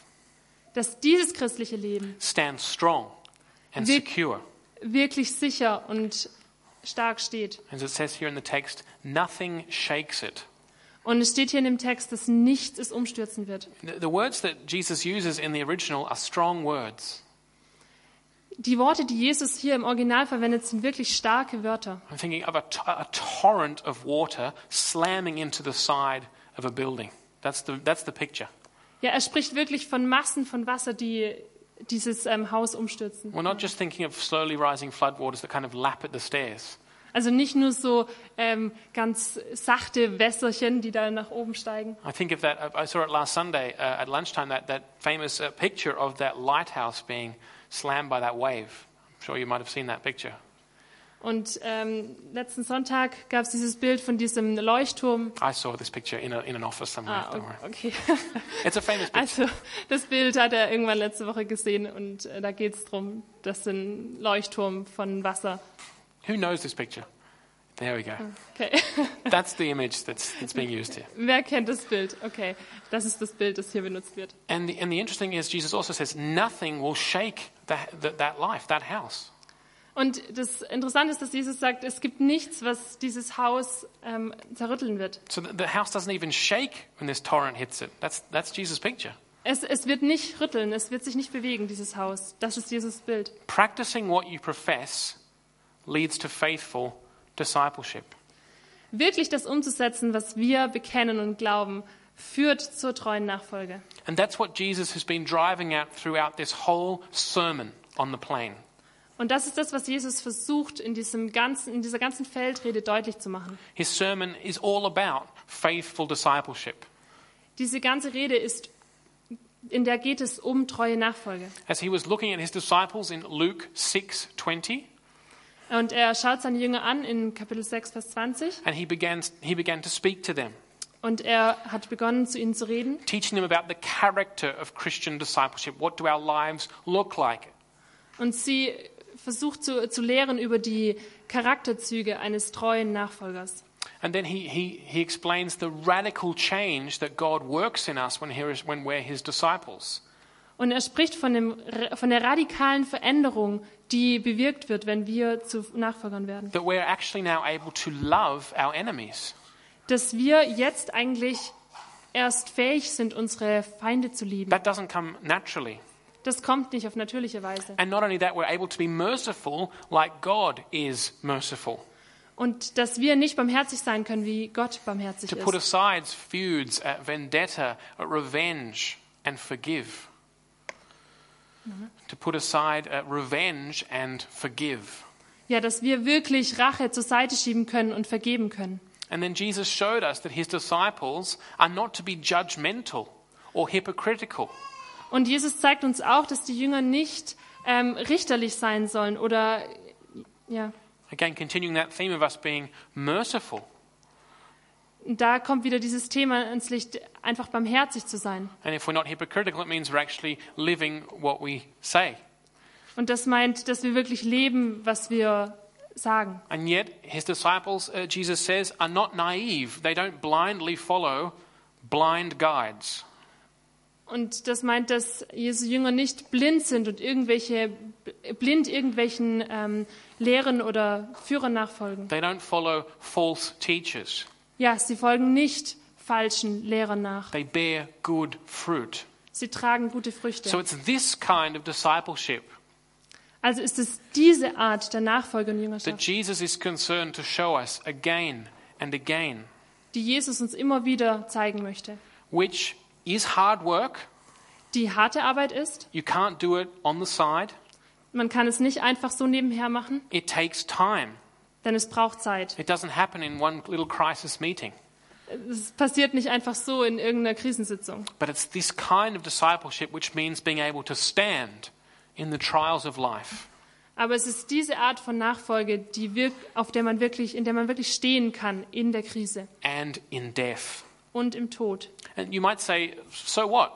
Speaker 4: dass dieses christliche Leben
Speaker 3: stands strong and
Speaker 4: Wir-
Speaker 3: secure.
Speaker 4: wirklich sicher und stark steht.
Speaker 3: As it says here in the text, nothing shakes it.
Speaker 4: Und es steht hier in dem Text, dass nichts es umstürzen wird.
Speaker 3: The the words that Jesus uses in the original are strong words.
Speaker 4: Die Worte, die Jesus hier im Original verwendet, sind wirklich starke Wörter.
Speaker 3: I'm thinking of a, to- a torrent of water slamming into the side of a building. That's the, that's the picture.
Speaker 4: Ja, er spricht wirklich von Massen von Wasser, die dieses ähm, Haus umstürzen.
Speaker 3: We're not just thinking of slowly rising floodwaters that kind of lap at the stairs.
Speaker 4: Also nicht nur so ähm, ganz sachte Wässerchen, die da nach oben steigen.
Speaker 3: I think of that. I I saw it last Sunday uh, at lunchtime. That, that famous uh, picture of that lighthouse being slammed by that wave. I'm sure you might have seen that picture.
Speaker 4: Und ähm, letzten Sonntag gab es dieses Bild von diesem Leuchtturm.
Speaker 3: I saw this picture in, a, in an office somewhere.
Speaker 4: Ah,
Speaker 3: Don't worry.
Speaker 4: okay.
Speaker 3: It's a famous picture.
Speaker 4: Also das Bild hat er irgendwann letzte Woche gesehen und äh, da geht es darum, dass ein Leuchtturm von Wasser.
Speaker 3: Who knows this picture? There we go.
Speaker 4: Okay.
Speaker 3: That's the image that's, that's being used here.
Speaker 4: Wer kennt das Bild? Okay, das ist das Bild, das hier benutzt wird.
Speaker 3: And the, and the interesting is, Jesus also says, nothing will shake that, that, that life, that house.
Speaker 4: Und das Interessante ist, dass Jesus sagt, es gibt nichts, was dieses Haus ähm, zerrütteln wird.
Speaker 3: So the, the house doesn't even shake when this torrent hits it. That's, that's Jesus' picture.
Speaker 4: Es, es wird nicht rütteln, es wird sich nicht bewegen, dieses Haus. Das ist Jesus Bild.
Speaker 3: Practicing what you profess leads to faithful discipleship.
Speaker 4: Wirklich das umzusetzen, was wir bekennen und glauben, führt zur treuen Nachfolge.
Speaker 3: And that's what Jesus has been driving at throughout this whole sermon on the plain.
Speaker 4: Und das ist das, was Jesus versucht, in, diesem ganzen, in dieser ganzen Feldrede deutlich zu machen.
Speaker 3: His sermon is all about faithful discipleship.
Speaker 4: Diese ganze Rede ist, in der geht es um treue Nachfolge.
Speaker 3: As he was looking at his disciples in Luke 6:20,
Speaker 4: Und er schaut seine Jünger an in Kapitel 6, Vers 20
Speaker 3: and he began he began to speak to them,
Speaker 4: und er hat begonnen, zu ihnen zu reden
Speaker 3: teaching them about the character of Christian discipleship. What do our lives look like?
Speaker 4: und sie versucht zu, zu lehren über die Charakterzüge eines treuen Nachfolgers.
Speaker 3: And then he, he, he explains the radical change that God works in us when, he is, when we're his disciples.
Speaker 4: Und er spricht von, dem, von der radikalen Veränderung, die bewirkt wird, wenn wir zu Nachfolgern werden.
Speaker 3: That we're actually now able to love our enemies.
Speaker 4: Dass wir jetzt eigentlich erst fähig sind, unsere Feinde zu lieben.
Speaker 3: That doesn't come naturally.
Speaker 4: Das kommt nicht auf natürliche Weise.
Speaker 3: And not only that, we're able to be merciful like God is merciful,
Speaker 4: Und dass wir nicht barmherzig sein können, wie Gott barmherzig
Speaker 3: to put
Speaker 4: ist.
Speaker 3: aside feuds, uh, vendetta, uh, revenge, and forgive. to put aside uh, revenge and forgive.
Speaker 4: Ja, dass wir wirklich Rache zur Seite schieben können und vergeben können.
Speaker 3: And then Jesus showed us that his disciples are not to be judgmental or hypocritical.
Speaker 4: Und Jesus zeigt uns auch, dass die Jünger nicht ähm, richterlich sein sollen oder ja,
Speaker 3: Again, continuing that theme of us being merciful.
Speaker 4: da kommt wieder dieses Thema ins Licht, einfach barmherzig zu sein.
Speaker 3: And if we're not hypocritical, it means we're actually living what we say.
Speaker 4: Und das meint, dass wir wirklich leben, was wir sagen.
Speaker 3: And yet, his disciples, uh, Jesus says, are not naive. They don't blindly follow blind guides.
Speaker 4: Und das meint, dass Jesu Jünger nicht blind sind und irgendwelche blind irgendwelchen ähm, Lehren oder Führern nachfolgen.
Speaker 3: They don't follow false teachers.
Speaker 4: Ja, sie folgen nicht falschen Lehrern nach.
Speaker 3: They bear good fruit.
Speaker 4: Sie tragen gute
Speaker 3: So
Speaker 4: Früchte.
Speaker 3: it's this kind of discipleship
Speaker 4: Also ist es diese Art der Nachfolge und
Speaker 3: that
Speaker 4: Jüngerschaft,
Speaker 3: Jesus is concerned to show us again and again,
Speaker 4: die Jesus uns immer wieder zeigen möchte.
Speaker 3: which is hard work.
Speaker 4: Die harte Arbeit ist,
Speaker 3: You can't do it on the side.
Speaker 4: man kann es nicht einfach so nebenher machen,
Speaker 3: It takes time.
Speaker 4: denn es braucht Zeit.
Speaker 3: It doesn't happen in one little crisis meeting.
Speaker 4: Es passiert nicht einfach so in irgendeiner Krisensitzung.
Speaker 3: But it's this kind of discipleship which means being able to stand in the trials of life.
Speaker 4: Aber es ist diese Art von Nachfolge, die wirk auf der man wirklich, in der man wirklich stehen kann in der Krise
Speaker 3: and in death.
Speaker 4: und im Tod.
Speaker 3: And you might say, so what?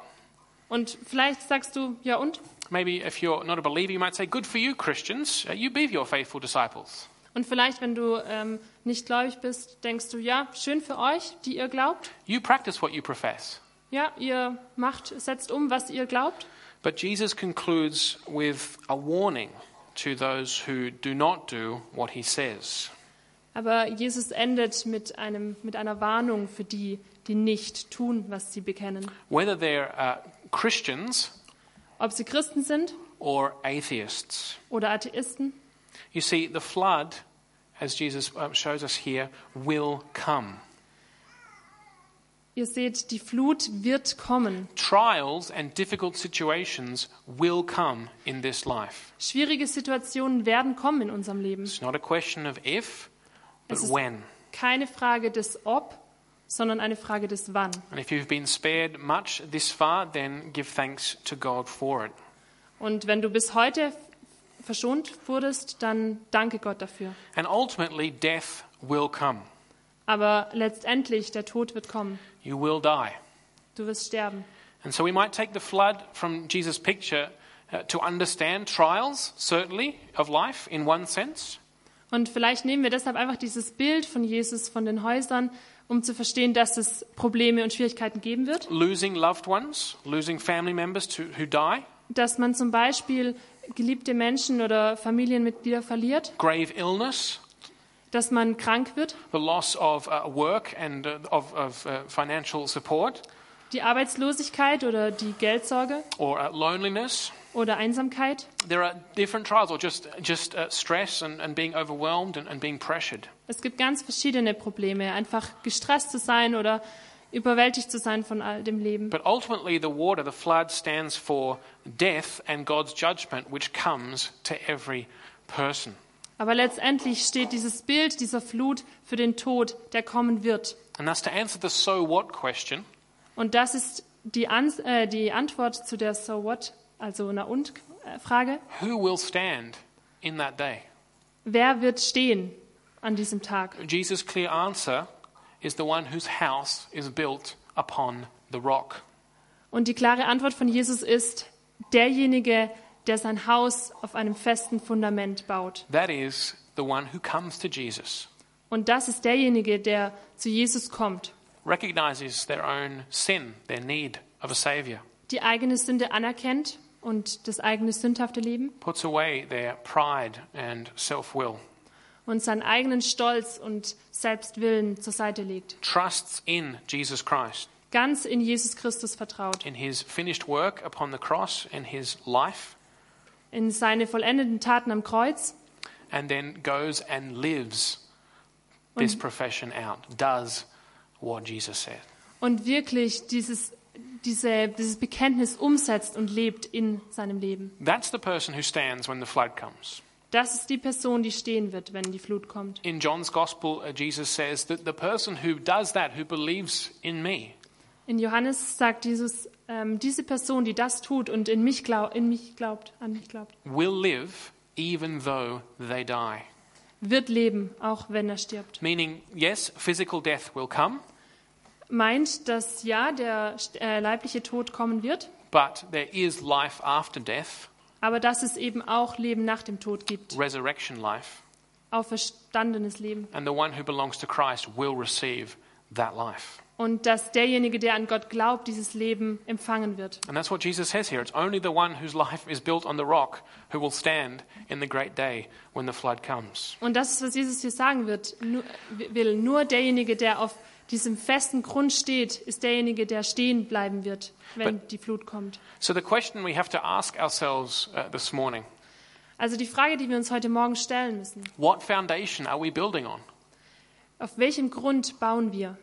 Speaker 4: Und vielleicht sagst du, ja und?
Speaker 3: Maybe if you're not a believer, you might say, good for you, Christians. Uh, You be your faithful disciples.
Speaker 4: Und vielleicht, wenn du ähm, nicht gläubig bist, denkst du, ja, schön für euch, die ihr glaubt.
Speaker 3: You practice what you profess.
Speaker 4: Ja, ihr macht, setzt um, was ihr glaubt.
Speaker 3: But Jesus concludes with a warning to those who do not do what he says.
Speaker 4: Aber Jesus endet mit, einem, mit einer Warnung für die, die nicht tun, was sie bekennen.
Speaker 3: Whether they're uh, Christians
Speaker 4: Ob sie Christen sind
Speaker 3: or atheists.
Speaker 4: oder Atheisten.
Speaker 3: You see, the flood, as Jesus um, shows us here, will come.
Speaker 4: Ihr seht, die Flut wird kommen.
Speaker 3: Trials and difficult situations will come in this life.
Speaker 4: Schwierige Situationen werden kommen in unserem Leben.
Speaker 3: It's not a question of if, but
Speaker 4: Es ist-
Speaker 3: when.
Speaker 4: Keine Frage des Ob, sondern eine Frage des Wann.
Speaker 3: And if you've been spared much this far, then give thanks to God for it.
Speaker 4: Und wenn du bis heute f- verschont wurdest, dann danke Gott dafür.
Speaker 3: And ultimately, death will come.
Speaker 4: Aber letztendlich, der Tod wird kommen.
Speaker 3: You will die.
Speaker 4: Du wirst sterben.
Speaker 3: And so we might take the flood from Jesus' picture uh, to understand trials, certainly, of life in one sense,
Speaker 4: Und vielleicht nehmen wir deshalb einfach dieses Bild von Jesus von den Häusern, um zu verstehen, dass es Probleme und Schwierigkeiten geben wird.
Speaker 3: losing loved ones, losing family members to, who die,
Speaker 4: Dass man zum Beispiel geliebte Menschen oder Familienmitglieder verliert,
Speaker 3: grave illness,
Speaker 4: dass man krank wird,
Speaker 3: the loss of uh, work and uh, of, of uh, financial support,
Speaker 4: die Arbeitslosigkeit oder die Geldsorge
Speaker 3: or uh, loneliness.
Speaker 4: oder Einsamkeit.
Speaker 3: There are different trials, or just, just uh, stress and, and being overwhelmed and, and being pressured.
Speaker 4: Es gibt ganz verschiedene Probleme, einfach gestresst zu sein oder überwältigt zu sein von all dem Leben.
Speaker 3: But ultimately, the water, the flood, stands for death and God's judgment, which comes to every person.
Speaker 4: Aber letztendlich steht dieses Bild dieser Flut für den Tod, der kommen wird.
Speaker 3: And thus, to answer the so what question,
Speaker 4: Und das ist die, Ans äh, die Antwort zu der So What, also einer Und-Frage.
Speaker 3: who will stand in that day?
Speaker 4: Wer wird stehen an diesem Tag?
Speaker 3: Jesus' clear answer is the one whose house is built upon the rock.
Speaker 4: Und die klare Antwort von Jesus ist, derjenige, der sein Haus auf einem festen Fundament baut.
Speaker 3: That is the one who comes to Jesus,
Speaker 4: Und das ist derjenige, der zu Jesus kommt,
Speaker 3: recognizes their own sin, their need of a Savior,
Speaker 4: die eigene Sünde anerkennt und das eigene sündhafte Leben
Speaker 3: puts away their pride and self will,
Speaker 4: und seinen eigenen Stolz und Selbstwillen zur Seite legt.
Speaker 3: trusts in Jesus Christ.
Speaker 4: Ganz in Jesus Christus vertraut,
Speaker 3: in his finished work upon the cross and his life,
Speaker 4: in seine vollendeten Taten am Kreuz
Speaker 3: and then goes and lives this profession out, does what Jesus said.
Speaker 4: und wirklich dieses diese, dieses Bekenntnis umsetzt und lebt in seinem Leben.
Speaker 3: That's the person who stands when the flood comes.
Speaker 4: Das ist die Person, die stehen wird, wenn die Flut kommt.
Speaker 3: In John's Gospel, uh, Jesus says that the person who does that, who believes in me,
Speaker 4: In Johannes sagt Jesus, ähm, diese Person, die das tut und in mich, glaub, in mich glaubt, an mich glaubt,
Speaker 3: will live even though they die.
Speaker 4: wird leben, auch wenn er stirbt.
Speaker 3: Meaning, yes, physical death will come,
Speaker 4: Meint, dass ja, der äh, leibliche Tod kommen wird,
Speaker 3: but there is life after death,
Speaker 4: aber dass es eben auch Leben nach dem Tod gibt,
Speaker 3: resurrection life,
Speaker 4: auferstandenes Leben.
Speaker 3: and the one who belongs to Christ will receive that life.
Speaker 4: Und dass derjenige, der an Gott glaubt, dieses Leben empfangen wird.
Speaker 3: And that's what Jesus says here. It's only the one whose life is built on the rock who will stand in the great day when the flood comes.
Speaker 4: Und das ist, was Jesus hier sagen wird, nur, will. Nur derjenige, der auf diesem festen Grund steht, ist derjenige, der stehen bleiben wird, wenn die Flut kommt.
Speaker 3: So, the question we have to ask ourselves uh, this morning
Speaker 4: Also die Frage, die wir uns heute Morgen stellen müssen,
Speaker 3: what foundation are we building on?
Speaker 4: auf welchem Grund bauen wir?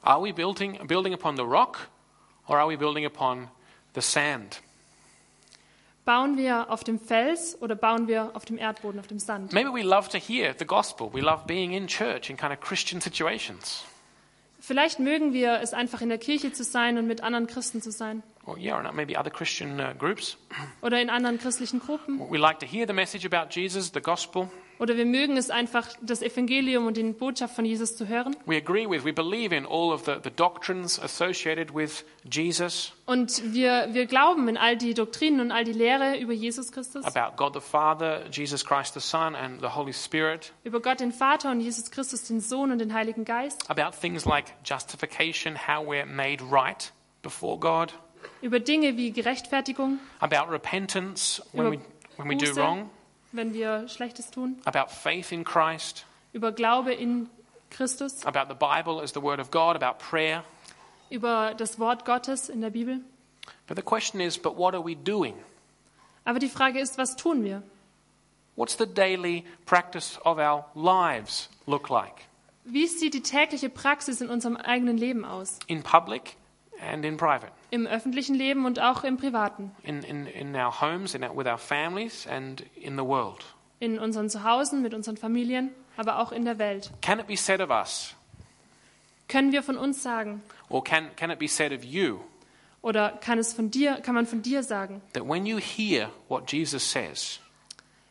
Speaker 3: Are we building, building upon the rock or are we building upon the sand?
Speaker 4: Bauen wir auf dem Fels oder bauen wir auf dem Erdboden, auf dem Sand?
Speaker 3: Maybe we love to hear the gospel. We love being in church in kind of Christian situations.
Speaker 4: Vielleicht mögen wir es einfach in der Kirche zu sein und mit anderen Christen zu sein
Speaker 3: Or, yeah, or maybe other Christian uh, groups.
Speaker 4: oder in anderen christlichen Gruppen
Speaker 3: We like to hear the message about Jesus, the gospel.
Speaker 4: oder wir mögen es einfach, das Evangelium und die Botschaft von Jesus zu hören.
Speaker 3: We agree with, we believe in all of the, the doctrines associated with Jesus
Speaker 4: Und wir, wir glauben in all die Doktrinen und all die Lehre über Jesus Christus,
Speaker 3: about God the Father, Jesus Christ the Son, and the Holy Spirit,
Speaker 4: über Gott den Vater und Jesus Christus den Sohn und den Heiligen Geist,
Speaker 3: about things like justification, how we're made right before God,
Speaker 4: über Dinge wie Gerechtfertigung,
Speaker 3: about repentance when we,
Speaker 4: Über
Speaker 3: when we do
Speaker 4: Buße.
Speaker 3: wrong,
Speaker 4: wenn wir Schlechtes tun,
Speaker 3: about faith in Christ,
Speaker 4: über Glaube in Christus,
Speaker 3: about the Bible as the Word of God, about prayer.
Speaker 4: über das Wort Gottes in der Bibel.
Speaker 3: But the question is, but what are we doing?
Speaker 4: Aber die Frage ist, was tun wir?
Speaker 3: What's the daily practice of our lives look like
Speaker 4: Wie sieht die tägliche Praxis in unserem eigenen Leben aus?
Speaker 3: in public and in private?
Speaker 4: Im öffentlichen Leben und auch im privaten,
Speaker 3: in, in, in our homes, in our, with our families, and in the world?
Speaker 4: in unseren Zuhausen, mit unseren Familien, aber auch in der Welt.
Speaker 3: Can it be said of us,
Speaker 4: Können wir von uns sagen
Speaker 3: or can, can it be said of you,
Speaker 4: oder kann es von dir, kann man von dir sagen,
Speaker 3: that when you hear what Jesus says,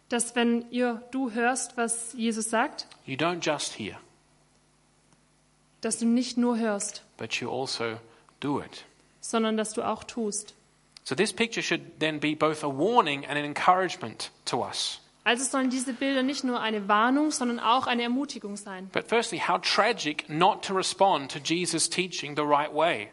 Speaker 4: dass wenn ihr du hörst, was Jesus sagt,
Speaker 3: you don't just hear,
Speaker 4: dass du nicht nur hörst,
Speaker 3: but you also do it?
Speaker 4: sondern dass du auch tust.
Speaker 3: So, this picture should then be both a warning and an encouragement to us.
Speaker 4: Also sollen diese Bilder nicht nur eine Warnung, sondern auch eine Ermutigung sein.
Speaker 3: But firstly, how tragic not to respond to Jesus' teaching the right way.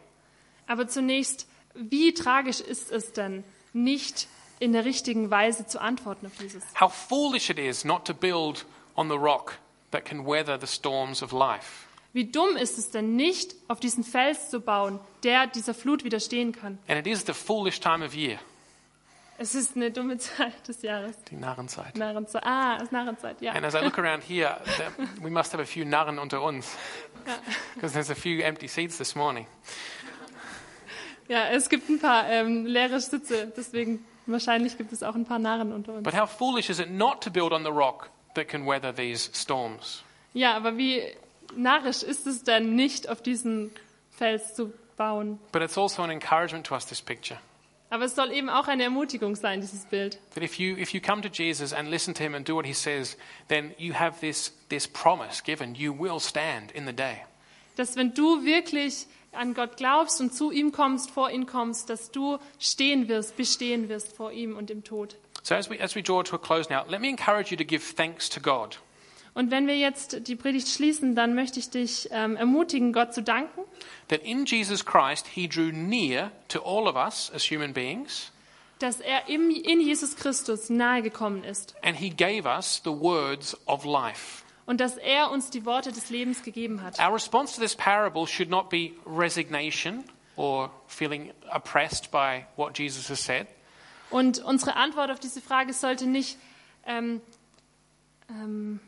Speaker 4: Aber zunächst, wie tragisch ist es denn, nicht in der richtigen Weise zu antworten auf Jesus?
Speaker 3: How foolish it is not to build on the rock that can weather the storms of life.
Speaker 4: Wie dumm ist es denn, nicht auf diesen Fels zu bauen, der dieser Flut widerstehen kann?
Speaker 3: And it is the foolish time of year,
Speaker 4: Es ist eine dumme Zeit des Jahres.
Speaker 3: die Narrenzeit.
Speaker 4: Narrenzeit. Ah, es ist Narrenzeit, ja.
Speaker 3: And as I look around here, there, we must have a few Narren unter uns, because there's a few empty seats this morning.
Speaker 4: Ja, es gibt ein paar ähm, leere Sitze, deswegen wahrscheinlich gibt es auch ein paar Narren unter uns.
Speaker 3: But how foolish is it not to build on the rock that can weather these storms?
Speaker 4: Ja, aber wie narrisch ist es denn, nicht auf diesen Fels zu bauen?
Speaker 3: But it's also an encouragement to us, this picture,
Speaker 4: Aber es soll eben auch eine Ermutigung sein, dieses Bild.
Speaker 3: that if you, if you come to Jesus and listen to him and do what he says, then you have this, this promise given you will stand in the day.
Speaker 4: dass wenn du wirklich an Gott glaubst und zu ihm kommst, vor ihn kommst, dass du stehen wirst, bestehen wirst vor ihm und im Tod.
Speaker 3: So as we, as we draw to a close now, let me encourage you to give thanks to God.
Speaker 4: Und wenn wir jetzt die Predigt schließen, dann möchte ich dich ähm, ermutigen, Gott zu danken,
Speaker 3: That in Jesus Christ, he drew near to all of us as human beings.
Speaker 4: dass er im, in Jesus Christus nahegekommen ist
Speaker 3: And he gave us the words of life.
Speaker 4: und dass er uns die Worte des Lebens gegeben hat.
Speaker 3: Our response to this parable should not be resignation or feeling oppressed by what Jesus has said,
Speaker 4: Und unsere Antwort auf diese Frage sollte nicht ähm, ähm,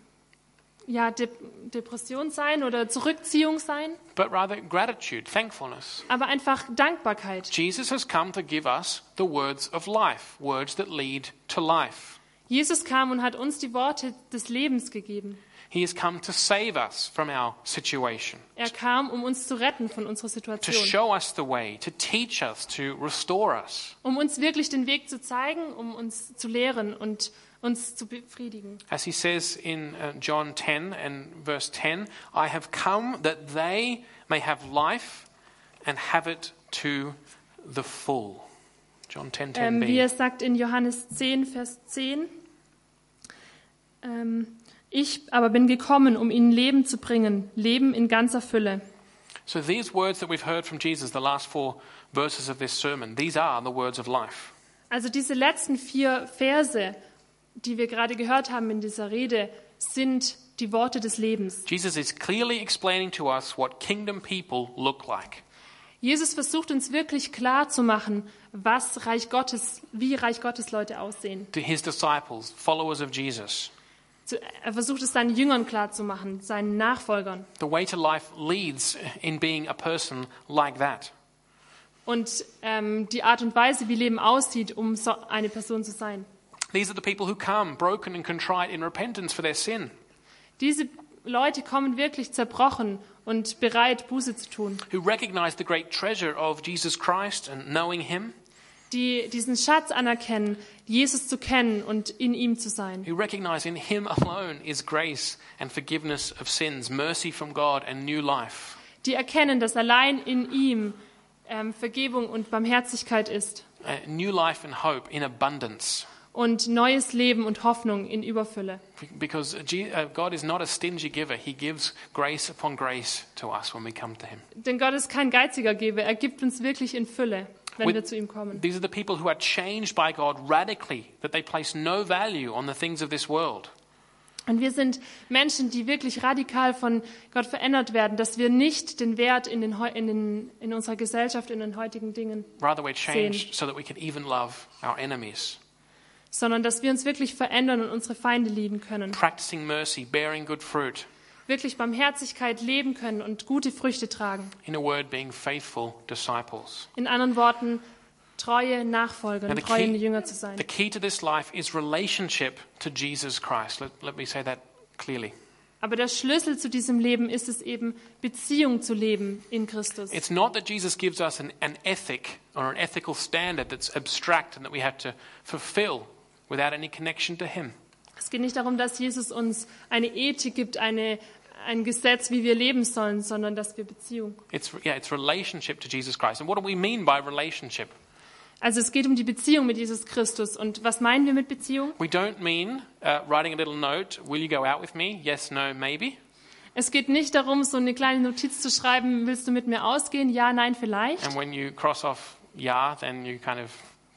Speaker 4: ja, De Depression sein oder Zurückziehung sein,
Speaker 3: but rather gratitude, thankfulness.
Speaker 4: aber einfach Dankbarkeit.
Speaker 3: Jesus has come to give us the words of life, words that lead to life.
Speaker 4: Jesus kam und hat uns die Worte des Lebens gegeben.
Speaker 3: He has come to save us from our situation,
Speaker 4: Er kam, um uns zu retten von
Speaker 3: to
Speaker 4: unserer Situation,
Speaker 3: show us the way, to teach us, to restore us.
Speaker 4: um uns wirklich den Weg zu zeigen, um uns zu lehren und uns zu befriedigen.
Speaker 3: As he says in uh, John 10 and verse 10, I have come that they may have life and have it to the full. John 10
Speaker 4: Ähm,
Speaker 3: 10b.
Speaker 4: wie es sagt in Johannes 10, Vers 10. Ähm, ich aber bin gekommen, um ihnen Leben zu bringen, Leben in ganzer Fülle.
Speaker 3: So these words that we've heard from Jesus, the last four verses of this sermon, these are the words of life.
Speaker 4: Also diese letzten vier Verse, die wir gerade gehört haben in dieser Rede, sind die Worte des Lebens.
Speaker 3: Jesus is clearly explaining to us what kingdom people look like.
Speaker 4: Jesus versucht uns wirklich klar zu machen, was Reich Gottes, wie Reich Gottes Leute aussehen.
Speaker 3: to his disciples, followers of Jesus.
Speaker 4: Zu- Er versucht es seinen Jüngern klar zu machen, seinen Nachfolgern.
Speaker 3: The way to life leads in being a person like that.
Speaker 4: Und ähm, die Art und Weise, wie Leben aussieht, um so eine Person zu sein.
Speaker 3: These are the people who come broken and contrite in repentance for their sin,
Speaker 4: Diese Leute kommen wirklich zerbrochen und bereit, Buße zu tun,
Speaker 3: who recognize the great treasure of Jesus Christ and knowing him,
Speaker 4: die diesen Schatz anerkennen, Jesus zu kennen und in ihm zu sein,
Speaker 3: who recognize in him alone is grace and forgiveness of sins, mercy from God and new life.
Speaker 4: die erkennen, dass allein in ihm ähm, Vergebung und Barmherzigkeit ist
Speaker 3: Uh, new life and hope in abundance.
Speaker 4: und neues Leben und Hoffnung in Überfülle.
Speaker 3: Because Je- uh, God is not a stingy giver, He gives grace upon grace to us when we come to Him.
Speaker 4: Denn Gott ist kein geiziger Geber, er gibt uns wirklich in Fülle, wenn
Speaker 3: With-
Speaker 4: wir zu ihm kommen.
Speaker 3: These are the people who are changed by God radically, that they place no value on the things of this world.
Speaker 4: Und wir sind Menschen, die wirklich radikal von Gott verändert werden, dass wir nicht den Wert in, den, heu- in, den, in unserer Gesellschaft, in den heutigen Dingen
Speaker 3: Rather, we're changed
Speaker 4: Sehen.
Speaker 3: so that we can even love our enemies,
Speaker 4: sondern dass wir uns wirklich verändern und unsere Feinde lieben können,
Speaker 3: practicing mercy, bearing good fruit,
Speaker 4: wirklich Barmherzigkeit leben können und gute Früchte tragen.
Speaker 3: in a word, being faithful disciples.
Speaker 4: In anderen Worten, treue Nachfolger
Speaker 3: Now,
Speaker 4: und
Speaker 3: the
Speaker 4: treue
Speaker 3: key-
Speaker 4: Jünger zu sein.
Speaker 3: The key to this life is relationship to Jesus Christ. Let, let me say that clearly.
Speaker 4: Aber der Schlüssel zu diesem Leben ist es eben, Beziehung zu leben in Christus.
Speaker 3: It's not that Jesus gives us an, an ethic or an ethical standard that's abstract and that we have to fulfill without any connection to Him.
Speaker 4: Es geht nicht darum, dass Jesus uns eine Ethik gibt, eine, ein Gesetz, wie wir leben sollen, sondern dass wir Beziehung.
Speaker 3: It's, yeah, it's relationship to Jesus Christ. And what do we mean by relationship?
Speaker 4: Also es geht um die Beziehung mit Jesus Christus. Und was meinen wir mit Beziehung?
Speaker 3: We don't mean uh, writing a little note, will you go out with me? Yes, no, maybe.
Speaker 4: Es geht nicht darum, so eine kleine Notiz zu schreiben, willst du mit mir ausgehen? Ja, nein, vielleicht.
Speaker 3: And when you cross off yeah, then you kind of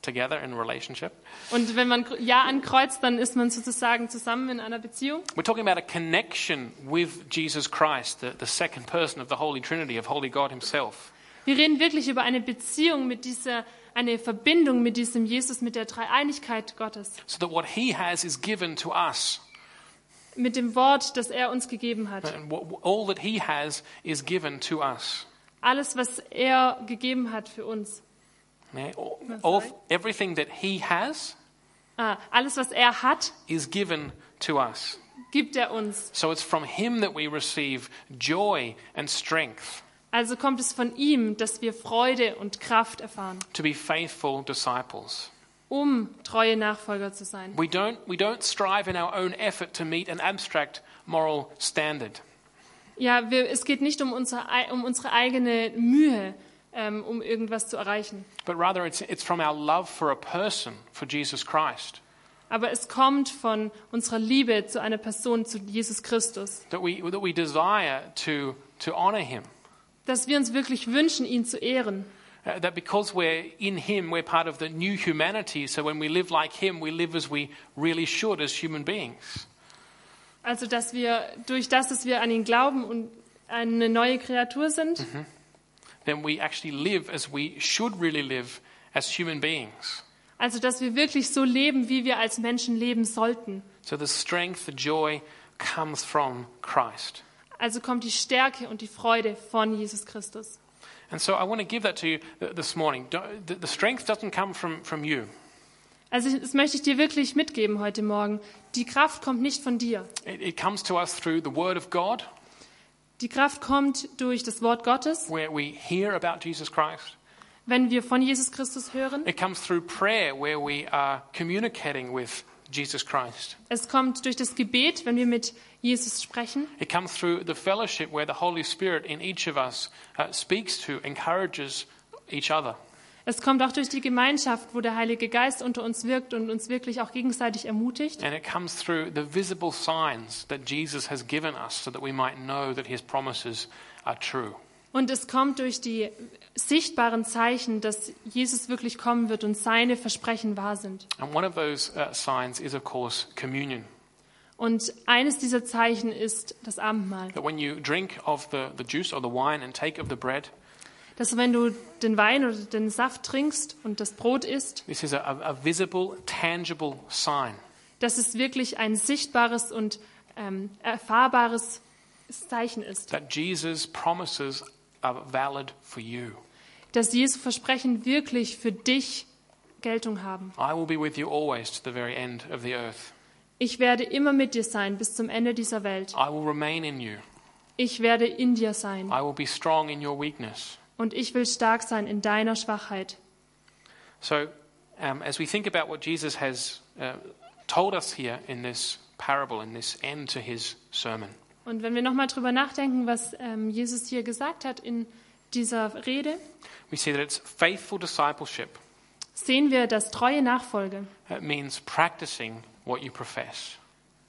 Speaker 3: together in relationship.
Speaker 4: Und wenn man Ja ankreuzt, dann ist man sozusagen zusammen in einer Beziehung.
Speaker 3: We're talking about a connection with Jesus Christ, the, the second person of the Holy Trinity, of Holy God Himself.
Speaker 4: Wir reden wirklich über eine Beziehung mit dieser, eine Verbindung mit diesem Jesus, mit der Dreieinigkeit Gottes,
Speaker 3: So that what He has is given to us.
Speaker 4: mit dem Wort, das er uns gegeben hat.
Speaker 3: And what, all that He has is given to us.
Speaker 4: Alles, was er gegeben hat für uns.
Speaker 3: Yeah, all- all- everything that He has
Speaker 4: Ah, alles, was er hat,
Speaker 3: is given to us.
Speaker 4: gibt er uns.
Speaker 3: So it's from Him that we receive joy and strength
Speaker 4: Also kommt es von ihm, dass wir Freude und Kraft erfahren,
Speaker 3: to be faithful disciples.
Speaker 4: um treue Nachfolger zu sein.
Speaker 3: We don't, we don't strive in our own effort to meet an abstract moral standard.
Speaker 4: Ja, wir, es geht nicht um unsere, ei- um unsere eigene Mühe, ähm, um irgendwas zu erreichen.
Speaker 3: But rather, it's, it's from our love for a person, for Jesus Christ,
Speaker 4: Aber es kommt von unserer Liebe zu einer Person, zu Jesus Christus,
Speaker 3: that we, that we desire to, to honor him.
Speaker 4: dass wir uns wirklich wünschen, ihn zu ehren.
Speaker 3: Uh, that because we're in him, we're part of the new humanity. So when we live like him, we live as we really should as human beings.
Speaker 4: Also, dass wir durch das, dass wir an ihn glauben und eine neue Kreatur sind,
Speaker 3: Then we actually live as we should really live as human beings.
Speaker 4: also dass wir wirklich so leben, wie wir als Menschen leben sollten.
Speaker 3: So the strength, the joy, comes from Christ.
Speaker 4: Also kommt die Stärke und die Freude von Jesus Christus.
Speaker 3: And so I want to give that to you th- this morning. Don't- The the strength doesn't come from, from you,
Speaker 4: Also ich- das möchte ich dir wirklich mitgeben heute Morgen. Die Kraft kommt nicht von dir.
Speaker 3: it, it comes to us through the Word of God,
Speaker 4: Die Kraft kommt durch das Wort Gottes,
Speaker 3: where we hear about Jesus Christ.
Speaker 4: wenn wir von Jesus Christus hören.
Speaker 3: It comes through prayer, where we are communicating with Jesus Christ.
Speaker 4: Es kommt durch das Gebet, wenn wir mit Jesus sprechen.
Speaker 3: It comes through the fellowship, where the Holy Spirit in each of us uh, speaks to, encourages each other.
Speaker 4: Es kommt auch durch die Gemeinschaft, wo der Heilige Geist unter uns wirkt und uns wirklich auch gegenseitig ermutigt.
Speaker 3: And it comes through the visible signs that Jesus has given us so that we might know that his promises are true.
Speaker 4: Und es kommt durch die sichtbaren Zeichen, dass Jesus wirklich kommen wird und seine Versprechen wahr sind.
Speaker 3: And one of those uh, signs is, of course, communion.
Speaker 4: Und eines dieser Zeichen ist das Abendmahl.
Speaker 3: That when you drink of the, the juice or the wine and take of the bread,
Speaker 4: Dass wenn du den Wein oder den Saft trinkst und das Brot isst,
Speaker 3: this is a, a visible, tangible sign
Speaker 4: dass es wirklich ein sichtbares und ähm, erfahrbares Zeichen ist.
Speaker 3: that Jesus' promises are valid for you.
Speaker 4: dass Jesu Versprechen wirklich für dich Geltung haben.
Speaker 3: I will be with you always to the very end of the earth.
Speaker 4: Ich werde immer mit dir sein bis zum Ende dieser Welt.
Speaker 3: I will remain in you.
Speaker 4: Ich werde in dir sein
Speaker 3: I will be strong in your weakness.
Speaker 4: und ich will stark sein in deiner Schwachheit.
Speaker 3: So, um, as we think about what Jesus has uh, told us here in this parable, in this end to his sermon,
Speaker 4: Und wenn wir nochmal drüber nachdenken, was ähm, Jesus hier gesagt hat in dieser Rede,
Speaker 3: we see that it's faithful discipleship.
Speaker 4: sehen wir, dass treue Nachfolge
Speaker 3: It means practicing what you profess.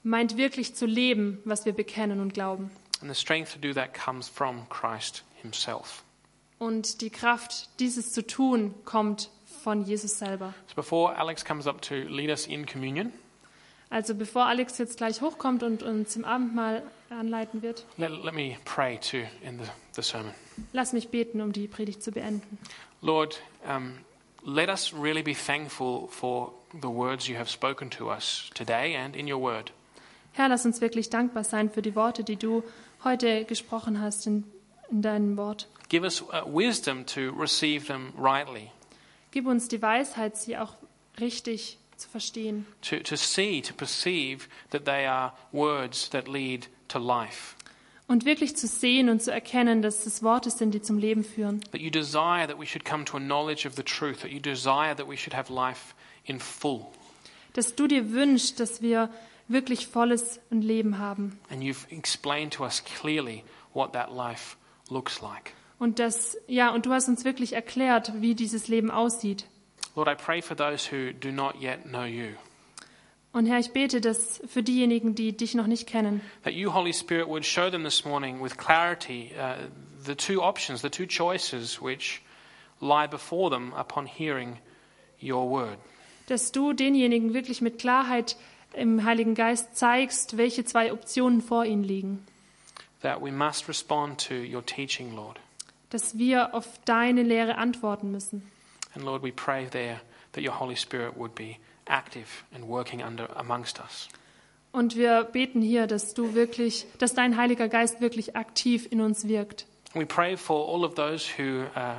Speaker 4: meint wirklich zu leben, was wir bekennen und glauben.
Speaker 3: And the strength to do that comes from Christ himself.
Speaker 4: Und die Kraft, dieses zu tun, kommt von Jesus selber.
Speaker 3: So, before Alex comes up to lead us in communion,
Speaker 4: Also bevor Alex jetzt gleich hochkommt und uns im Abendmahl anleiten wird,
Speaker 3: let, let me pray to end the, the sermon.
Speaker 4: Lass mich beten, um die Predigt zu beenden.
Speaker 3: Lord, um, let us really be thankful for the words you have spoken to us today and in your word.
Speaker 4: Herr, lass uns wirklich dankbar sein für die Worte, die du heute gesprochen hast in, in deinem Wort.
Speaker 3: Give us uh, wisdom to receive them rightly,
Speaker 4: Gib uns die Weisheit, sie auch richtig zu verstehen,
Speaker 3: to, to see, to perceive that they are words that lead to life,
Speaker 4: und wirklich zu sehen und zu erkennen, dass es Worte sind, die zum Leben führen.
Speaker 3: that you desire that we should come to a knowledge of the truth, that you desire that we should have life in full.
Speaker 4: Dass du dir wünschst, dass wir wirklich volles und Leben haben
Speaker 3: And you've explained to us clearly what that life looks like.
Speaker 4: und dass ja und du hast uns wirklich erklärt, wie dieses Leben aussieht.
Speaker 3: Lord, I pray for those who do not yet know you,
Speaker 4: Und Herr, ich bete, dass für diejenigen, die dich noch nicht kennen,
Speaker 3: that you, Holy Spirit, would show them this morning with clarity uh, the two options, the two choices which lie before them upon hearing your word.
Speaker 4: dass du denjenigen wirklich mit Klarheit im Heiligen Geist zeigst, welche zwei Optionen vor ihnen liegen,
Speaker 3: that we must respond to your teaching, Lord.
Speaker 4: dass wir auf deine Lehre antworten müssen.
Speaker 3: And Lord, we pray there that your Holy Spirit would be active and working under amongst us.
Speaker 4: Und wir beten hier, dass du wirklich, dass dein Heiliger Geist wirklich aktiv in uns wirkt.
Speaker 3: We pray for all of those who uh,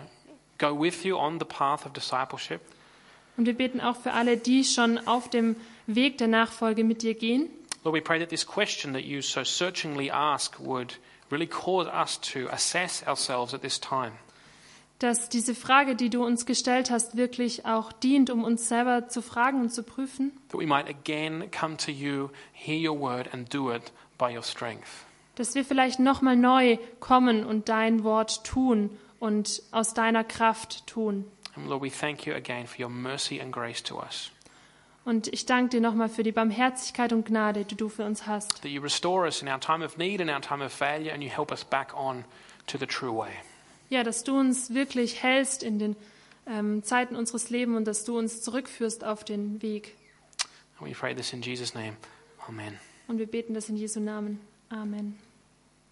Speaker 3: go with you on the path of discipleship,
Speaker 4: Und wir beten auch für alle, die schon auf dem Weg der Nachfolge mit dir gehen,
Speaker 3: Lord. We pray that this question that you so searchingly ask would really cause us to assess ourselves at this time,
Speaker 4: dass diese Frage, die du uns gestellt hast, wirklich auch dient, um uns selber zu fragen und zu prüfen,
Speaker 3: that we might again come to you, hear your word, and do it by your strength.
Speaker 4: dass wir vielleicht nochmal neu kommen und dein Wort tun und aus deiner Kraft tun.
Speaker 3: And Lord, we thank you again for your mercy and grace to us.
Speaker 4: Und ich danke dir nochmal für die Barmherzigkeit und Gnade, die du für uns hast,
Speaker 3: that you restore us in our time of need and our time of failure, and you help us back on to the true way.
Speaker 4: ja, dass du uns wirklich hältst in den ähm, Zeiten unseres Lebens und dass du uns zurückführst auf den Weg.
Speaker 3: And we pray this in Jesus' name. Amen.
Speaker 4: Und wir beten das in Jesu Namen. Amen.